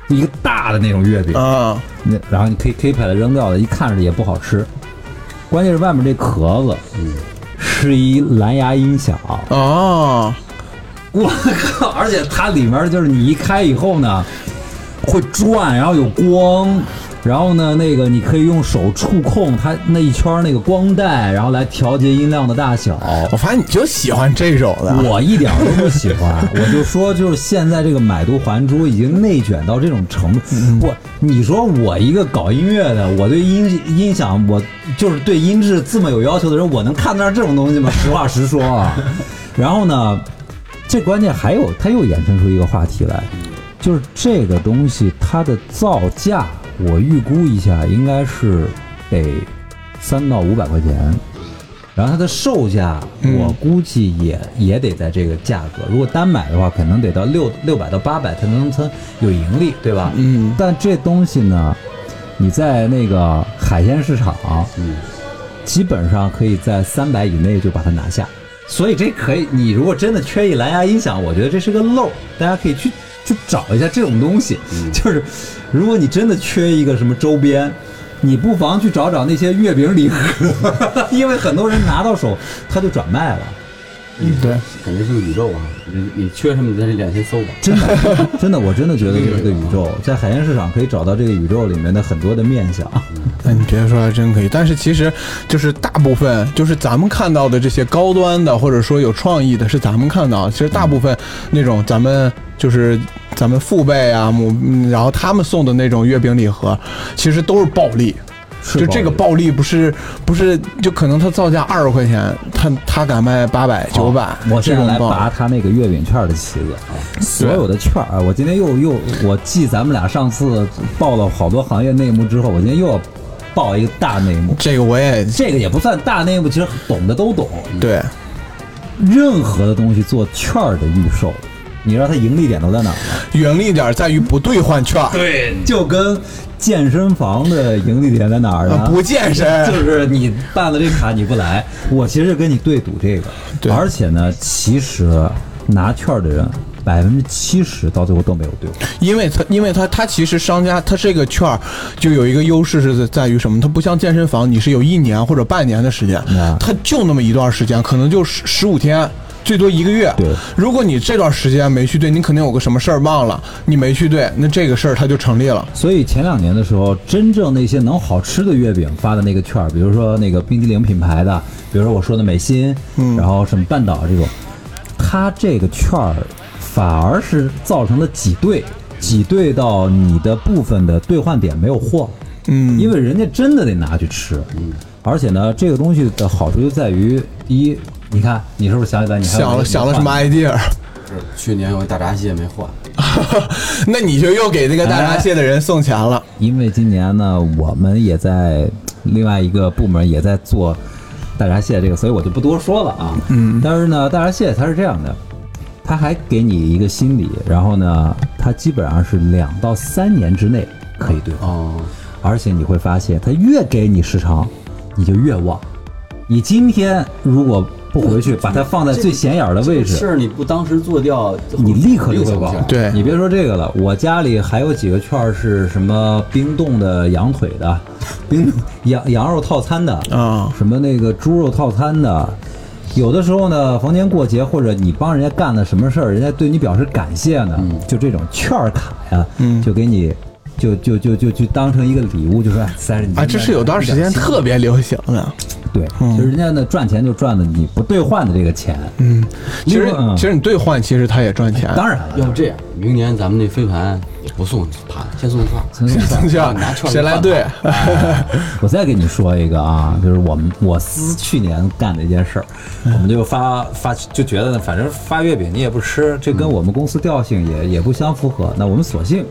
就一个大的那种月饼。
啊，
那然后你可以可以把它扔掉了，一看着也不好吃。关键是外面这壳子，是一蓝牙音响。
哦，
我靠！而且它里面就是你一开以后呢，会转，然后有光，然后呢，那个你可以用手触控它那一圈那个光带，然后来调节音量的大小。
我发现你就喜欢这种的，啊
我一点都不喜欢，我就说就是现在这个买椟还珠已经内卷到这种程度。我你说我一个搞音乐的，我对音音响我就是对音质这么有要求的人，我能看得上这种东西 吗？实话实说啊。 然后呢，这关键还有它又衍生出一个话题来，就是这个东西它的造价，我预估一下应该是得三到五百块钱。然后它的售价，我估计也、也得在这个价格。如果单买的话，可能得到六六百到八百，才能它有盈利，对吧？
嗯。
但这东西呢，你在那个海鲜市场，
嗯，
基本上可以在三百以内就把它拿下。所以这可以，你如果真的缺一蓝牙音响，我觉得这是个漏，大家可以去去找一下这种东西。
嗯
就是如果你真的缺一个什么周边，你不妨去找找那些月饼 礼盒，因为很多人拿到手他就转卖了。
嗯，对，
感觉是个宇宙啊！你你缺什么，你在这两先搜吧。
真的， 真的，我真的觉得这
嗯
是个宇宙，在海鲜市场可以找到这个宇宙里面的很多的面相。
那你别说还真可以，但是其实就是大部分就是咱们看到的这些高端的，或者说有创意的，是咱们看到的。其实大部分那种咱们就是咱们父辈啊母，嗯然后他们送的那种月饼礼盒，其实都是暴利。
是
就这个
暴
暴利不是不是，就可能它造价二十块钱，他他敢卖八百
好
九百，
哦我
这
现
种
在来
暴利
拔他那个月饼券的旗子啊，所有的券儿啊，我今天又又我记咱们俩上次报了好多行业内幕之后，我今天又要报一个大内幕。
这个我也
这个也不算大内幕，其实懂的都懂。
对，
任何的东西做券儿的预售，你知道它盈利点都在哪儿吗？
原力点在于不兑换券，
对，就跟健身房的盈利点在哪儿呢？
啊不健
就
身，
是你办了这卡你不来，我其实是跟你对赌这个。
对
而且呢，其实拿券儿的人百分之七十到最后都没有对过。
因为它因为它它其实商家它这个券儿就有一个优势是在在于什么？它不像健身房，你是有一年或者半年的时间
嗯，
它就那么一段时间，可能就十十五天。最多一个月
对，
如果你这段时间没去对，你肯定有个什么事儿忘了，你没去对，那这个事儿它就成立了。
所以前两年的时候，真正那些能好吃的月饼发的那个券儿，比如说那个冰激凌品牌的，比如说我说的美心，嗯，然后什么半岛这种，它这个券儿反而是造成了挤兑，挤兑到你的部分的兑换点没有货，
嗯，
因为人家真的得拿去吃，嗯，而且呢，这个东西的好处就在于，第一，你看你是不是想起来你还有
想了想了什么？idea，
去年有个大闸蟹没换，
那你就又给那个大闸蟹的人送钱了。
因为今年呢，我们也在另外一个部门也在做大闸蟹这个，所以我就不多说了啊。嗯，但是呢，大闸蟹它是这样的，它还给你一个心理，然后呢，它基本上是两到三年之内可以兑换，
哦，
而且你会发现，它越给你时长，你就越旺。你今天如果不回去，把它放在最显眼儿的位置，
事儿你不当时做掉，
你立刻就会
想不起来
忘。
对
你别说这个了，我家里还有几个券儿是什么冰冻的羊腿 的，冰羊羊肉套餐的
啊
什么那个猪肉套餐的。有的时候呢，逢年过节或者你帮人家干了什么事儿，人家对你表示感谢呢，就这种券儿卡呀，
嗯
就给你，就就就就就当成一个礼物，就说哎，三十你
啊，这是有段时间特别流行的。
对，
嗯
就是人家呢赚钱就赚的你不兑换的这个钱，
嗯，其
另
实
外嗯
其实你兑换，其实它也赚钱。
当然了，
要不这样，明年咱们那飞盘也不送盘，先送券儿，
增加
拿券儿
谁来对？
啊 我再给你说一个啊，就是我们我司去年干的一件事儿，我们就发发就觉得呢，反正发月饼你也不吃，这跟我们公司调性也也不相符合。那我们索性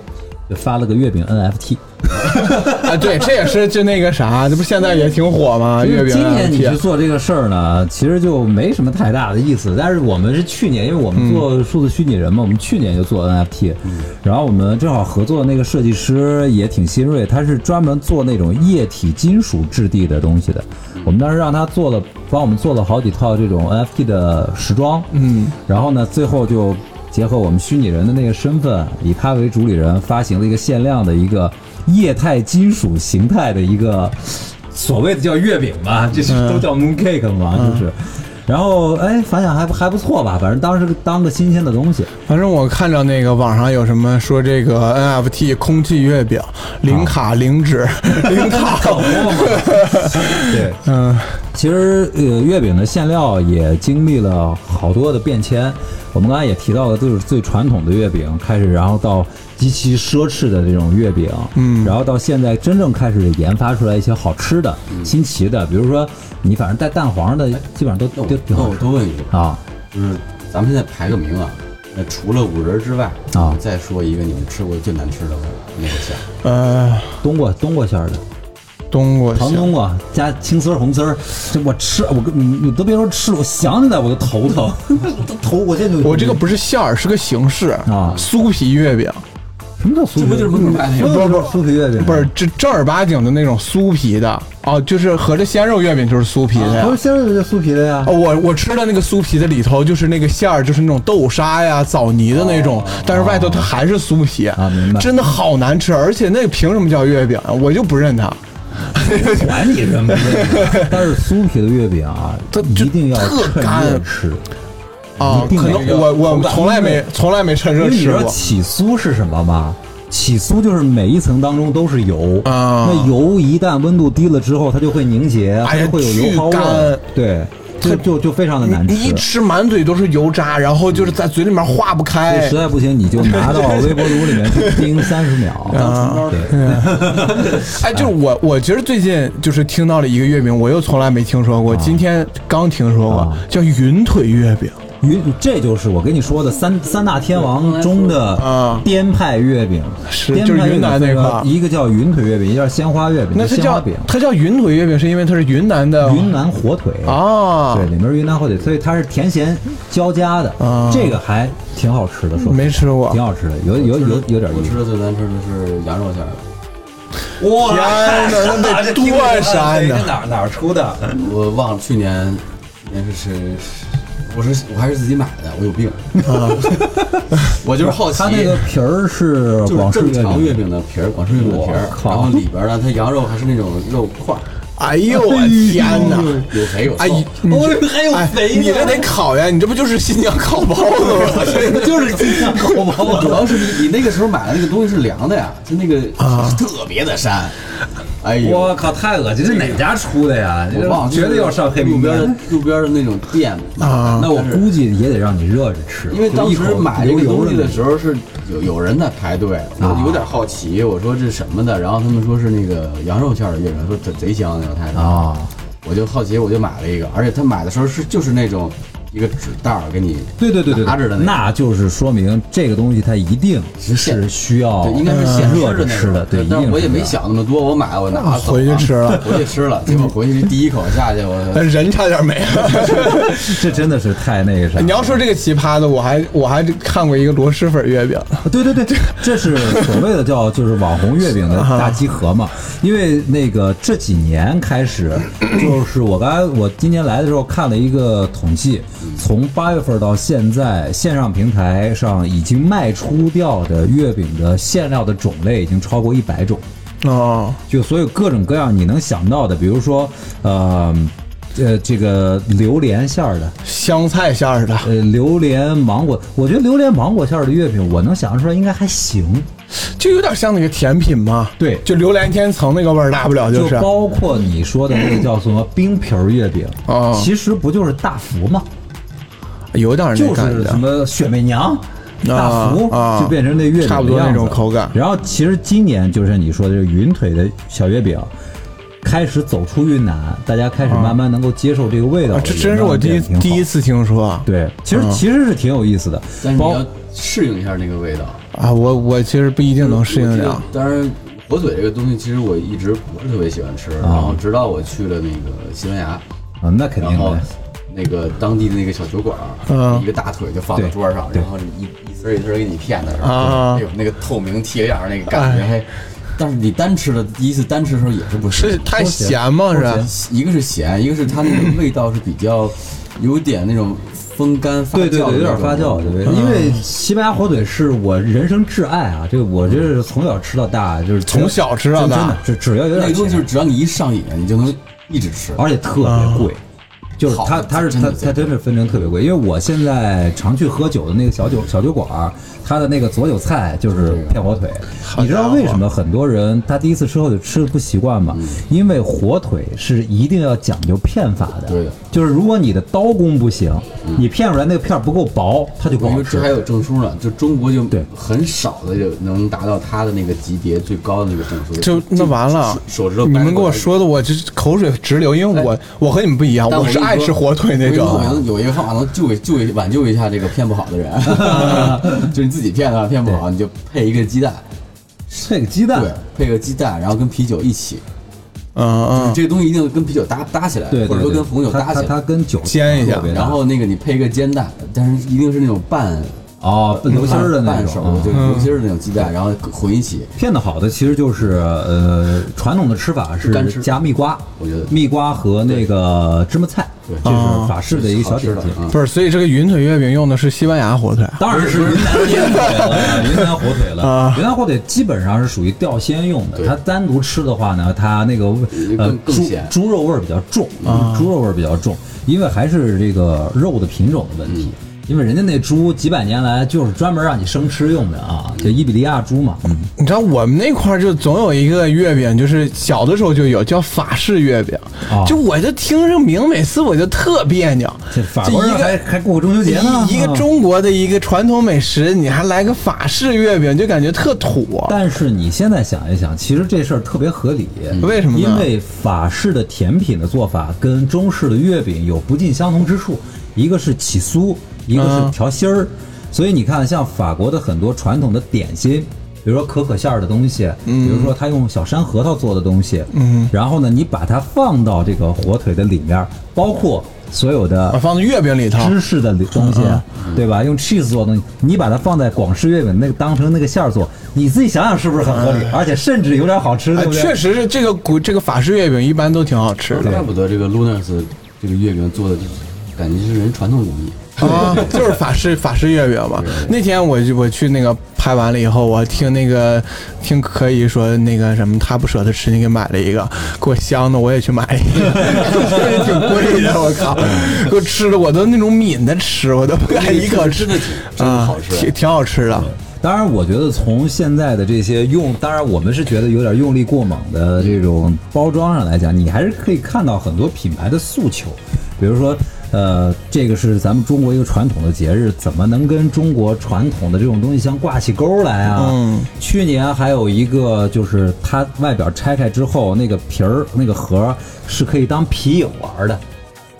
就发了个月饼 NFT。
啊，对，这也是就那个啥，这不现在也挺火吗？啊月饼
今年你去
贴
做这个事儿呢，其实就没什么太大的意思。但是我们是去年，因为我
嗯
们做数字虚拟人嘛，我们去年就做 NFT，然后我们正好合作的那个设计师也挺新锐，他是专门做那种液体金属质地的东西的。我们当时让他做了，帮我们做了好几套这种 NFT 的时装，
嗯，
然后呢，最后就结合我们虚拟人的那个身份，以他为主理人，发行了一个限量的一个液态金属形态的一个所谓的叫月饼吧，这是都叫 moon cake 嘛，就是。然后哎，反响还不还不错吧，反正当时当个新鲜的东西。
反正我看着那个网上有什么说这个 NFT 空气月饼、零卡零纸、 零卡，
对，
嗯
其实呃，月饼的馅料也经历了好多的变迁。我们刚才也提到了，就是最传统的月饼开始，然后到极其奢侈的这种月饼，
嗯
然后到现在真正开始研发出来一些好吃的、
嗯
新奇的，比如说你反正带蛋黄的，基本上都
那我
都挺
那
好
哦
我
吃
多问一个，
啊。
就是咱们现在排个名啊，那除了五仁之外
啊
再说一个你们吃过最难吃的那个馅儿，
呃，
冬瓜冬瓜馅儿的
冬瓜
糖
馅
冬瓜加青丝儿红丝儿，这我吃我跟你你都别说吃，我想起来我都头疼，都 头我现在就
我这个不是馅儿，是个形式
啊
酥皮月饼，
什么叫酥皮？
这不就是门口卖那个
不是不是酥皮月饼，
不是这正儿八经的那种酥皮的哦，就是合着鲜肉月饼就是酥皮的呀
不是。鲜肉就是酥皮的呀
哦，。我我吃的那个酥皮的里头就是那个馅儿，就是那种豆沙呀、枣泥的那种，但是外头它还是酥皮
哦啊明白
真的好难吃，而且那凭什么叫月饼啊？我就不认它，
管哦你什么的， 但是酥皮的月饼啊，
它就
一定要
特
趁
干
热吃，
啊，
一定
可
得
能
要
我我从来
因
没
为
从来没趁
因
热
为你知
吃
道
过。
起酥是什么吗？起酥就是每一层当中都是油，
啊
那油一旦温度低了之后，它就会凝结，
哎呀
它就会有油
巨
泡味儿
干，
对，就就就非常的难
你你一
吃。
吃满嘴都是油渣，然后就是在嘴里面化不
所以
开
实。在不行，你就拿到微波炉里面去叮三十秒。
啊
对，
哎，就是我，我其实最近就是听到了一个月饼，我又从来没听说过，今天刚听说过
啊，
叫云腿月饼。
云，这就是我跟你说的三三大天王中的
啊
滇派月饼，
是
滇
就是
派月
云
饼
南
分
那
为
块儿
一个叫云腿月饼，一个叫鲜花月饼，
那
就是鲜花
叫
饼，
它叫云腿月饼，是因为它是云南的
云南火腿，
啊
对，，里面是云南火腿，所以它是甜咸交加的，
啊
这个还挺好吃的，说实话
没吃过
挺好吃的，有有有有点
我
意
吃
思。
的最难吃的是羊肉馅儿的。
哇
天哪那得多膻呐
哪哪出的？
我忘了去年，那是是，是我是我还是自己买的，我有病， 我就是好奇，
它啊那个皮儿是
就是
广式
正常
月
月
饼，
饼的皮儿，广式月饼的皮儿
我，靠
然后里边呢，它羊肉还是那种肉块儿，
哎呦我天哪！
嗯
有肥有
哎
瘦，，
你
哦
这
还有
哎
肥呢
你这得烤呀！你这不就是新疆烤包 子吗？
就是 新疆口包
啊主要是你你那个时候买的那个东西是凉的呀，就那个
啊
是特别的膻，哎呦。
我靠，太恶心！这哪家出的呀？
我忘了，
绝对要上黑
路
名
边
单
的。路边的那种店买的
啊
那我估计也得让你热着吃，
因为当时买这
这
个东西的时
候，
候是有有人在排队，
啊
我有点好奇，我说这是什么的，然后他们说是那个羊肉馅儿的月饼，说贼贼香那个太太，
啊，
我就好奇，我就买了一个，而且他买的时候是就是那种一个纸袋儿给你，
对对对对，
拿着的那个
那就是说明这个东西它一定
是现
是需要嗯
对，应该是现
哦热
的
着
那
吃的，
种
对，一
但
定
我也
是这
没
样。
想那么多，我买了我 拿走
回去吃了
回去吃了，结果回去第一口下去，
哎
我
人差点没了。
这真的是太那个啥。
你要说这个奇葩的，我还我还看过一个螺蛳粉月饼，
啊对对对，这是所谓的叫就是网红月饼的大集合嘛。因为那个这几年开始，就是我刚才我今年来的时候看了一个统计，从八月份到现在，线上平台上已经卖出掉的月饼的馅料的种类已经超过一百种。
哦，
就所有各种各样你能想到的，比如说，呃，呃，这个榴莲馅儿的，
香菜馅儿的，
呃，榴莲芒果，我觉得榴莲芒果馅儿的月饼，我能想象出来应该还行。
就有点像那个甜品嘛。
对
就榴莲千层那个味儿，大不了
就是包括你说的那个叫什么冰皮儿月饼，
哦
其实不就是大福吗？
有点那
就
感
是
觉
什。么雪媚娘、大福，
啊
就变成那月饼的样子
差不多那种口感
然后其实今年就是你说的这个云腿的小月饼。开始走出云南，大家开始慢慢能够接受这个味道
啊
了，
这真是我第一
也挺好
第一次听说啊！
对，其实其实是挺有意思的，
但是你
包
要适应一下那个味道，
啊，我我其实不一定能适应了。
当然，火腿这个东西其实我一直不是特别喜欢吃，然后直到我去了那个西班牙，
啊，那肯定
然后
的，
那个当地的那个小酒馆儿，
嗯
一个大腿就放在
对
桌上，
对
然后一一丝儿一丝儿给你片的时候，
啊哎
哎呦那个透明贴样儿那个感觉还，但是你单吃的第一次单吃的时候也是不适
是
应，
太咸吗？是啊
一个是咸，一个是它那个味道是比较有点那种风干发
对对
酵的那
对，
种，嗯
有点发酵，对，因为西班牙火腿是我人生挚爱啊，这个我这是从小吃到大，就是
从小吃到大
真真的，只只要有
那
点
个东西就是
钱，
只要你一上瘾，你就能一直吃。
哦
而且特
啊
别贵。就是
好
它，它是
真
它
的，
它真是分成特别贵。因为我现在常去喝酒的那个小酒小酒馆儿，它的那个佐酒菜就是片火腿。你知道为什么很多人他第一次吃后就吃的不习惯
嗯
吗？因为火腿是一定要讲究片法的。
对的嗯
就是如果你的刀工不行，你片出来那个片儿不够薄，它就不
我
好
们
吃
这。还有证书呢，就中国就
对
很少的有能达到它的那个级别最高的那个证书。
就那完了
手手指头。
你
掰
们
过
给我
来
说的，我这口水直流，因为我我和你们不一样，
啊
哎但
我
跟
是
你
爱
说
吃火腿那
我跟你说我
种。
能有一个方法能救一救一挽救一下这个骗不好的人， 就是你自己骗的话骗不好，你就配一个鸡蛋，
这个鸡蛋
对，，配个鸡蛋，然后跟啤酒一起，
嗯嗯，
这个东西一定跟啤酒搭搭起来，
对，对
或者说
对
跟红酒
它
搭
它
起来，
它跟酒
煎一下
特别搭
然后那个你配一个煎蛋，但是一定是那种半
哦，流心儿的那
半熟
种嗯
的，，就是尤其是那种鸡蛋，然后混一起，
片的好的其实就是呃，传统的吃法是
干吃
加蜜瓜，
我觉得
蜜瓜和那个芝麻菜，
对
这
哦
是法式的一个小点
好吃
心
的。嗯
不是，所以这个云腿月饼用的是西班牙火腿啊。
当然是云南火腿了，云南火腿 了
啊。
云南火腿基本上是属于吊鲜用的，
对
它单独吃的话呢，它那个呃
更更
猪
咸
猪肉味儿比较重
啊，
猪肉味儿比较重，因为还是这个肉的品种的问题。
嗯
因为人家那猪几百年来就是专门让你生吃用的啊，就伊比利亚猪嘛。
你知道我们那块儿就总有一个月饼，就是小的时候就有叫法式月饼，
啊
哦
就我就听这名，每次我就特别扭。
这法国人
这一个
还还过中秋节呢，
一一个
啊
中国的一个传统美食，你还来个法式月饼，就感觉特土。
但是你现在想一想，其实这事儿特别合理。
嗯为什么呢
因为法式的甜品的做法跟中式的月饼有不尽相同之处，一个是起酥，一个
嗯
是调心儿。所以你看，像法国的很多传统的点心。比如说可可馅儿的东西，
嗯
比如说他用小山核桃做的东西，嗯，然后呢，你把它放到这个火腿的里面，包括所有的
啊，放在月饼里头，
芝士的东西，啊
嗯
对吧？用 cheese 做的东西，你把它放在广式月饼那个当成那个馅儿做，你自己想想是不是很合理？而且甚至有点好吃，
哎
对不对？
确实是这个古这个法式月饼一般都挺好吃的
怪不得这个 Lunas 这个月饼做的，感觉是人传统工艺。
啊， 就是法式法式月饼嘛。那天我就我去那个拍完了以后，我听那个听可以说那个什么，他不舍得吃，你给买了一个，给我香的我也去买一个，就是挺贵的，我靠，给我吃的我都那种抿着吃，我都不敢一口吃
真的挺真的
啊，
好吃
挺挺好吃的。
当然，我觉得从现在的这些用，当然我们是觉得有点用力过猛的这种包装上来讲，你还是可以看到很多品牌的诉求，比如说。呃，这个是咱们中国一个传统的节日，怎么能跟中国传统的这种东西相挂起钩来啊？
嗯，
去年还有一个就是它外表拆开之后，那个皮儿、那个盒儿是可以当皮影玩的。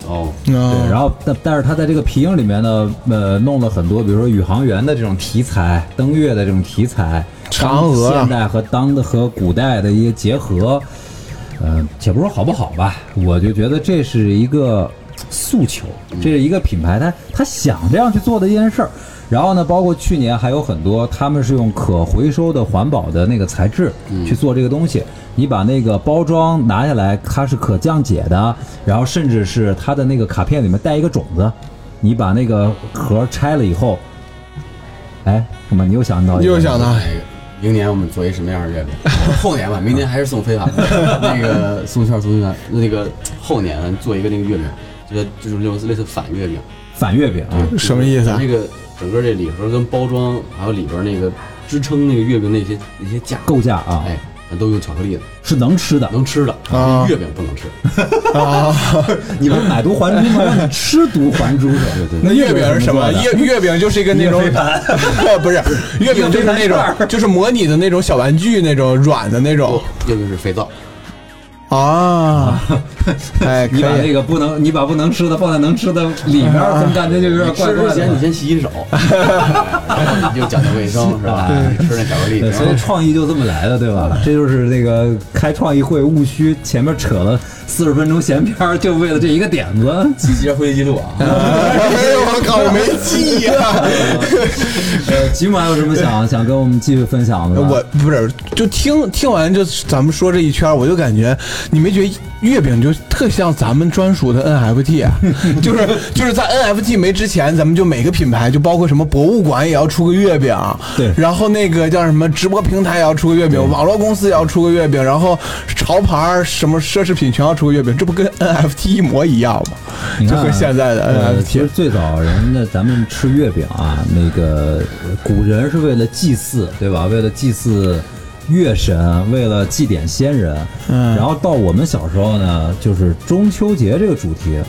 哦，
对，
嗯
然后但但是他在这个皮影里面呢，呃，弄了很多，比如说宇航员的这种题材，登月的这种题材，
嫦娥啊
当现代和当的和古代的一个结合，呃，且不说好不好吧，我就觉得这是一个诉求，这是一个品牌，他他想这样去做的一件事儿。然后呢，包括去年还有很多，他们是用可回收的环保的那个材质
嗯
去做这个东西。你把那个包装拿下来，它是可降解的，然后甚至是它的那个卡片里面带一个种子，你把那个盒拆了以后，哎，什么？你又想到一个
又想到
那个哎明年我们做一什么样的月饼？ 后年吧， 明年还是送非法那个送券送券，那个后年做一个那个月饼，就是就是那种类似反月饼，
反月饼啊？
什么意思啊
那个整个这礼盒跟包装，还有里边那个支撑那个月饼那些那些架，
构架啊，
哎，咱都用巧克力的，
是能吃的。
能吃的
啊
月饼不能吃。
啊，
你们买椟还珠吗？让你吃椟还珠去。
对对
那月饼是什么？
月
月月饼就是一个那种
一个飞盘，
不是月饼就是那
一个飞盘
种，就是模拟的那种小玩具，那种软的那种
哦，月饼是肥皂，
啊。哎，可
你把那
以。
个不能，你把不能吃的放在能吃的里面，怎么感觉就有点
你
怪
吃
怪
之前你
的？
先洗洗手，然后你就讲究卫生是吧？吃那巧克力，
对，
然后
所以创意就这么来的，对吧？ 这就是那个开创意会务虚，前面扯了四十分钟闲篇儿，就为了这一个点 子。
积极回忆记录啊。
哎呦，我靠，我没记呀！
呃，吉姆还有什么想想跟我们继续分享的吗？
我不是就听听完就咱们说这一圈，我就感觉你没觉得月饼就特像咱们专属的 NFT，啊 就是就是在 NFT 没之前，咱们就每个品牌就包括什么博物馆也要出个月饼，
对
然后那个叫什么直播平台也要出个月饼，网络公司也要出个月饼，然后潮牌儿什么奢侈品全要出个月饼，这不跟 NFT 一模一样吗？
你
就
看啊
和现在的
呃，其
NFT
实最早人家咱们吃月饼啊，那个呃古人是为了祭祀，对吧？为了祭祀月神，为了祭奠先人。
嗯
然后到我们小时候呢，就是中秋节这个主题。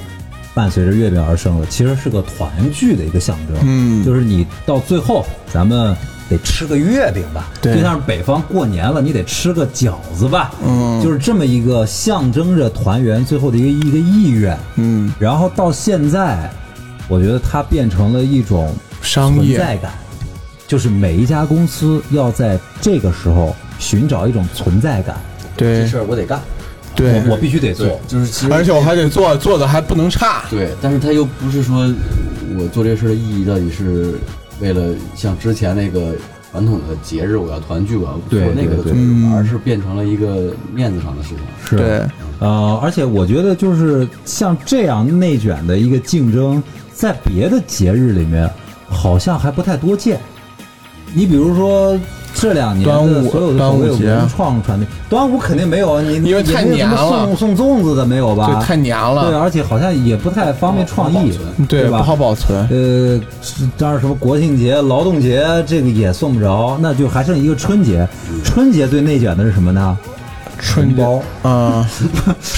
伴随着月饼而生的，其实是个团聚的一个象征。
嗯
就是你到最后，咱们得吃个月饼吧，
对
就像是北方过年了，你得吃个饺子吧。
嗯
就是这么一个象征着团圆最后的一个一个意愿。
嗯，
然后到现在，我觉得它变成了一种
商
存
业
在感，就是每一家公司要在这个时候寻找一种存在感。
这
对
事儿我得干，
对
我，我必须得做
对，，就是其实
而且我还得做做的还不能差，
对，但是他又不是说我做这事儿的意义到底是为了像之前那个传统的节日，我要团聚，我要
对
做那个的
对
作用
对
而是变成了一个面子上的事情。
是
对
呃，而且我觉得就是像这样内卷的一个竞争，在别的节日里面好像还不太多见。你比如说这两年
端
的
午
所有的
端
所
午
谓
节
文创传媒，端午肯定没有，啊你
因为太
也没有什么
黏了
送送粽子的没有吧？
对，太娘
对，
了，哦
而且好像也不太方便创意
不好保，
对，
对
不
吧？
好保存。
呃，当然什么国庆节、劳动节这个也送不着，那就还剩一个春节。春节最内卷的是什么呢？
春
包
啊，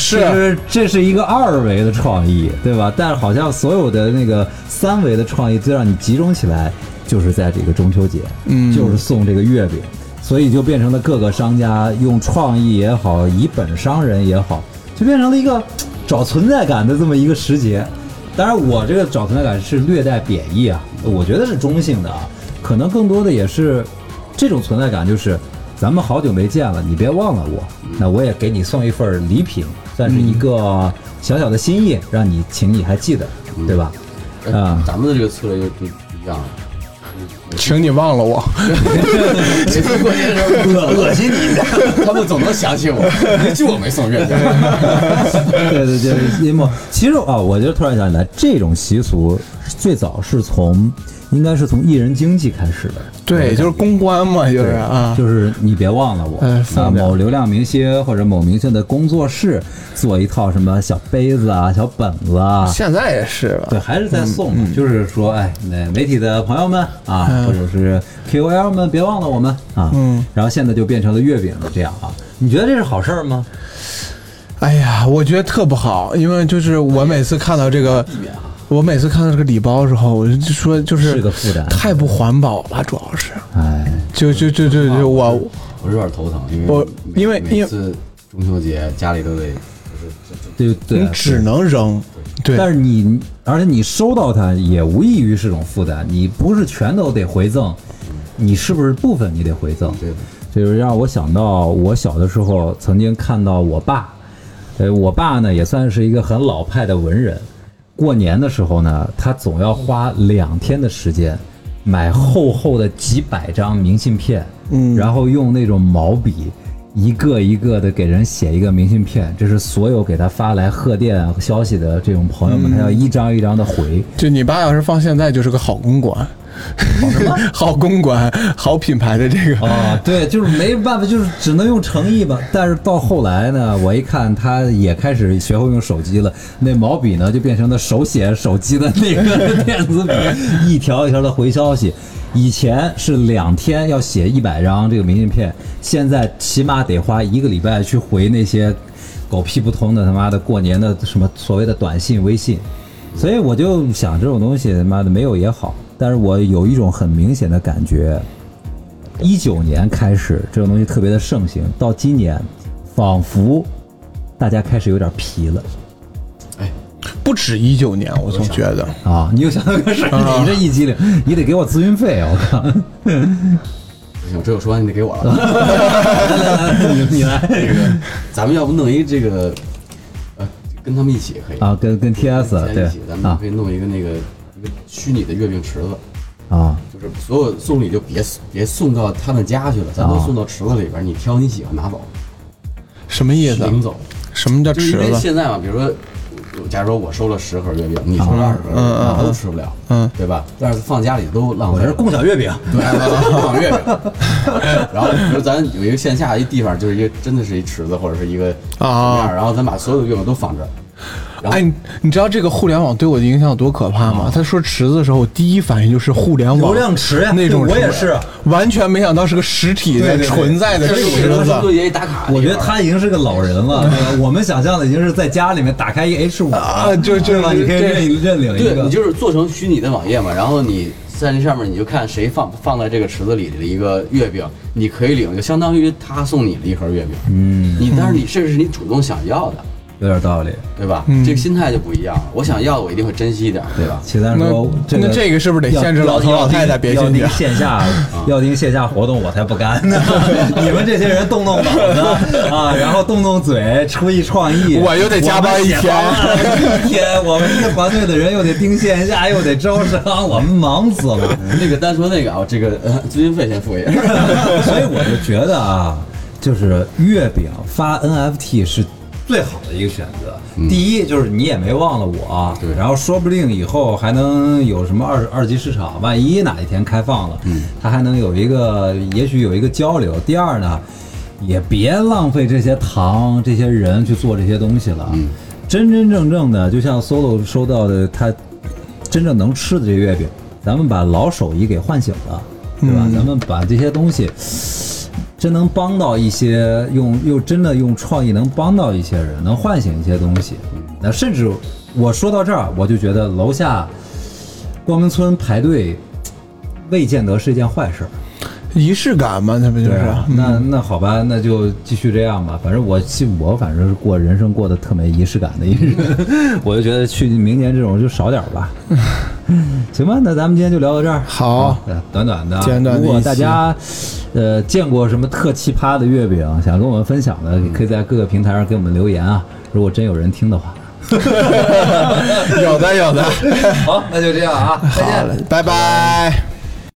这
是
这是一个二维的创意，对吧？但是好像所有的那个三维的创意，最让你集中起来，就是在这个中秋节，
嗯
就是送这个月饼，所以就变成了各个商家用创意也好，以本伤人也好，就变成了一个找存在感的这么一个时节。当然，我这个找存在感是略带贬义啊，我觉得是中性的啊，可能更多的也是这种存在感，就是咱们好久没见了，你别忘了我，
嗯
那我也给你送一份儿礼品，算是一个小小的心意，让你请你还记得，
嗯
对吧？啊、
咱们的这个策略就就不一样了。
请你忘了我。
每次过年的时候，恶恶心你一下，他们总能想起我，就我没送月饼。
对对对，因为其实啊，我就突然想起来，这种习俗最早是从，应该是从艺人经济开始的。
对，就是公关嘛，就是啊，
就是你别忘了我，
呃
哎
啊，
放点
某流量明星或者某明星的工作室做一套什么小杯子啊、小本子啊，
现在也是吧
对，。还是在送嘛，就是说，哎，那媒体的朋友们啊，或者是 KOL 们，别忘了我们啊。
嗯，
然后现在就变成了月饼这样啊，你觉得这是好事儿吗？
哎呀，我觉得特不好，因为就是我每次看到这个，我每次看到这个礼包的时候，我就说就是
哎是个负担
太不环保了，主要是，
哎，
就就就就就我
我是有点头疼，因为
我
每
因为因
每
为
次中秋节家里都得
对对
你
啊，
只能扔，对，
但是你，而且你收到它也无异于是种负担，你不是全都得回赠，你是不是部分你得回赠？
对
就是让我想到我小的时候曾经看到我爸，呃，我爸呢也算是一个很老派的文人，过年的时候呢，他总要花两天的时间买厚厚的几百张明信片，
嗯
然后用那种毛笔。一个一个的给人写一个明信片，这是所有给他发来贺电消息的这种朋友们，他要一张一张的回。
就你爸要是放现在就是个好公关， 好公关，好品牌的这个，
啊， 对，就是没办法，就是只能用诚意吧。但是到后来呢，我一看他也开始学会用手机了，那毛笔呢就变成了手写手机的那个 电子笔，一条一条的回消息。以前是两天要写一百张这个明信片，现在起码得花一个礼拜去回那些狗屁不通的他妈的过年的什么所谓的短信、微信。所以我就想，这种东西他妈的没有也好，但是我有一种很明显的感觉，一九年开始，这种东西特别的盛行，到今年，仿佛大家开始有点皮了
哎
不止一九年，我总觉得，
啊！你又想到个事儿，你这一激灵，你得给我咨询费啊！我靠，
不行，这有说完你得给我了。
你你来
咱们要不弄一这个，呃，跟他们一起也可以
啊，跟跟 TS
咱
对
一起，咱们
啊
可以弄一个那个一个虚拟的月饼池子，
啊
就是所有送礼就别别送到他们家去了，咱都
啊
送到池子里边，你挑你喜欢拿走，
什么意思？啊
领走。
什么叫
就是因
池
为
子？
现在嘛，比如说，假如说我收了十盒月饼，你收了二十盒月饼，
嗯嗯
大家
嗯
都吃不了，
嗯
对吧？但是放家里都浪
我
费
这是。
了
共享月饼，
对，放月饼。 然后比如咱有一个线下一地方，就是一个真的是一池子或者是一个什
啊
么样儿，然后咱把所有的月饼都放这儿。然后
哎，你你知道这个互联网对我的影响有多可怕吗？他说池子的时候，我第一反应就是互联网
流量池呀
那种
对我也
池子
是
完全没想到是个实体
对
的
对对
存在的
这是我
池
觉得中秋
子。
节一打卡的地方，
我觉得他已经是个老人了，对吧我们想象的已经是在家里面打开一 H 五
啊就就
对吧？
就
你可以
这
认认领一
对你
个，
就是做成虚拟的网页嘛，然后你在这上面你就看谁放放在这个池子里的一个月饼，你可以领，就相当于他送你了一盒月饼。
嗯，
你但是你这是你主动想要的，
有点道理。
对吧？
嗯
这个心态就不一样了。我想要，我一定会珍惜一点，对吧？
齐三
那
说，这个
那这个是不是得
要
限制老头
要
老太太别
要
进去
盯线下 要盯线下活动，我才不干呢。你们这些人动动脑子啊，然后动动嘴，出一创意，
我又得加班一天
我们 解放了一天，我们这个团队的人又得盯线下，又得招商，我们忙死了。
那个单说那个啊，这个呃咨询费先付一下。
所以我就觉得啊，就是月饼发 NFT 是最好的一个选择。第一就是你也没忘了我，
嗯对
然后说不定以后还能有什么二二级市场，万一哪一天开放了，嗯，它还能有一个，也许有一个交流。第二呢，也别浪费这些糖、这些人去做这些东西了。
嗯
真真正正的，就像 Solo 收到的，他真正能吃的这月饼，咱们把老手艺给唤醒了，对吧？咱们把这些东西，真能帮到一些用又真的用创意能帮到一些人，能唤醒一些东西。那甚至我说到这儿，我就觉得楼下光明村排队，未见得是一件坏事儿。
仪式感嘛，那不就是？嗯
啊那那好吧，那就继续这样吧。反正我其我反正是过人生过得特没仪式感的一人， 我就觉得去明年这种就少点儿吧。 行吧，那咱们今天就聊到这儿。
好
啊，短短的啊。
简短的
如果
一期
大家呃见过什么特奇葩的月饼，想跟我们分享的，可以在各个平台上给我们留言啊。如果真有人听的话，
有的有的。
好，那就这样啊，再见
好。嘞，拜拜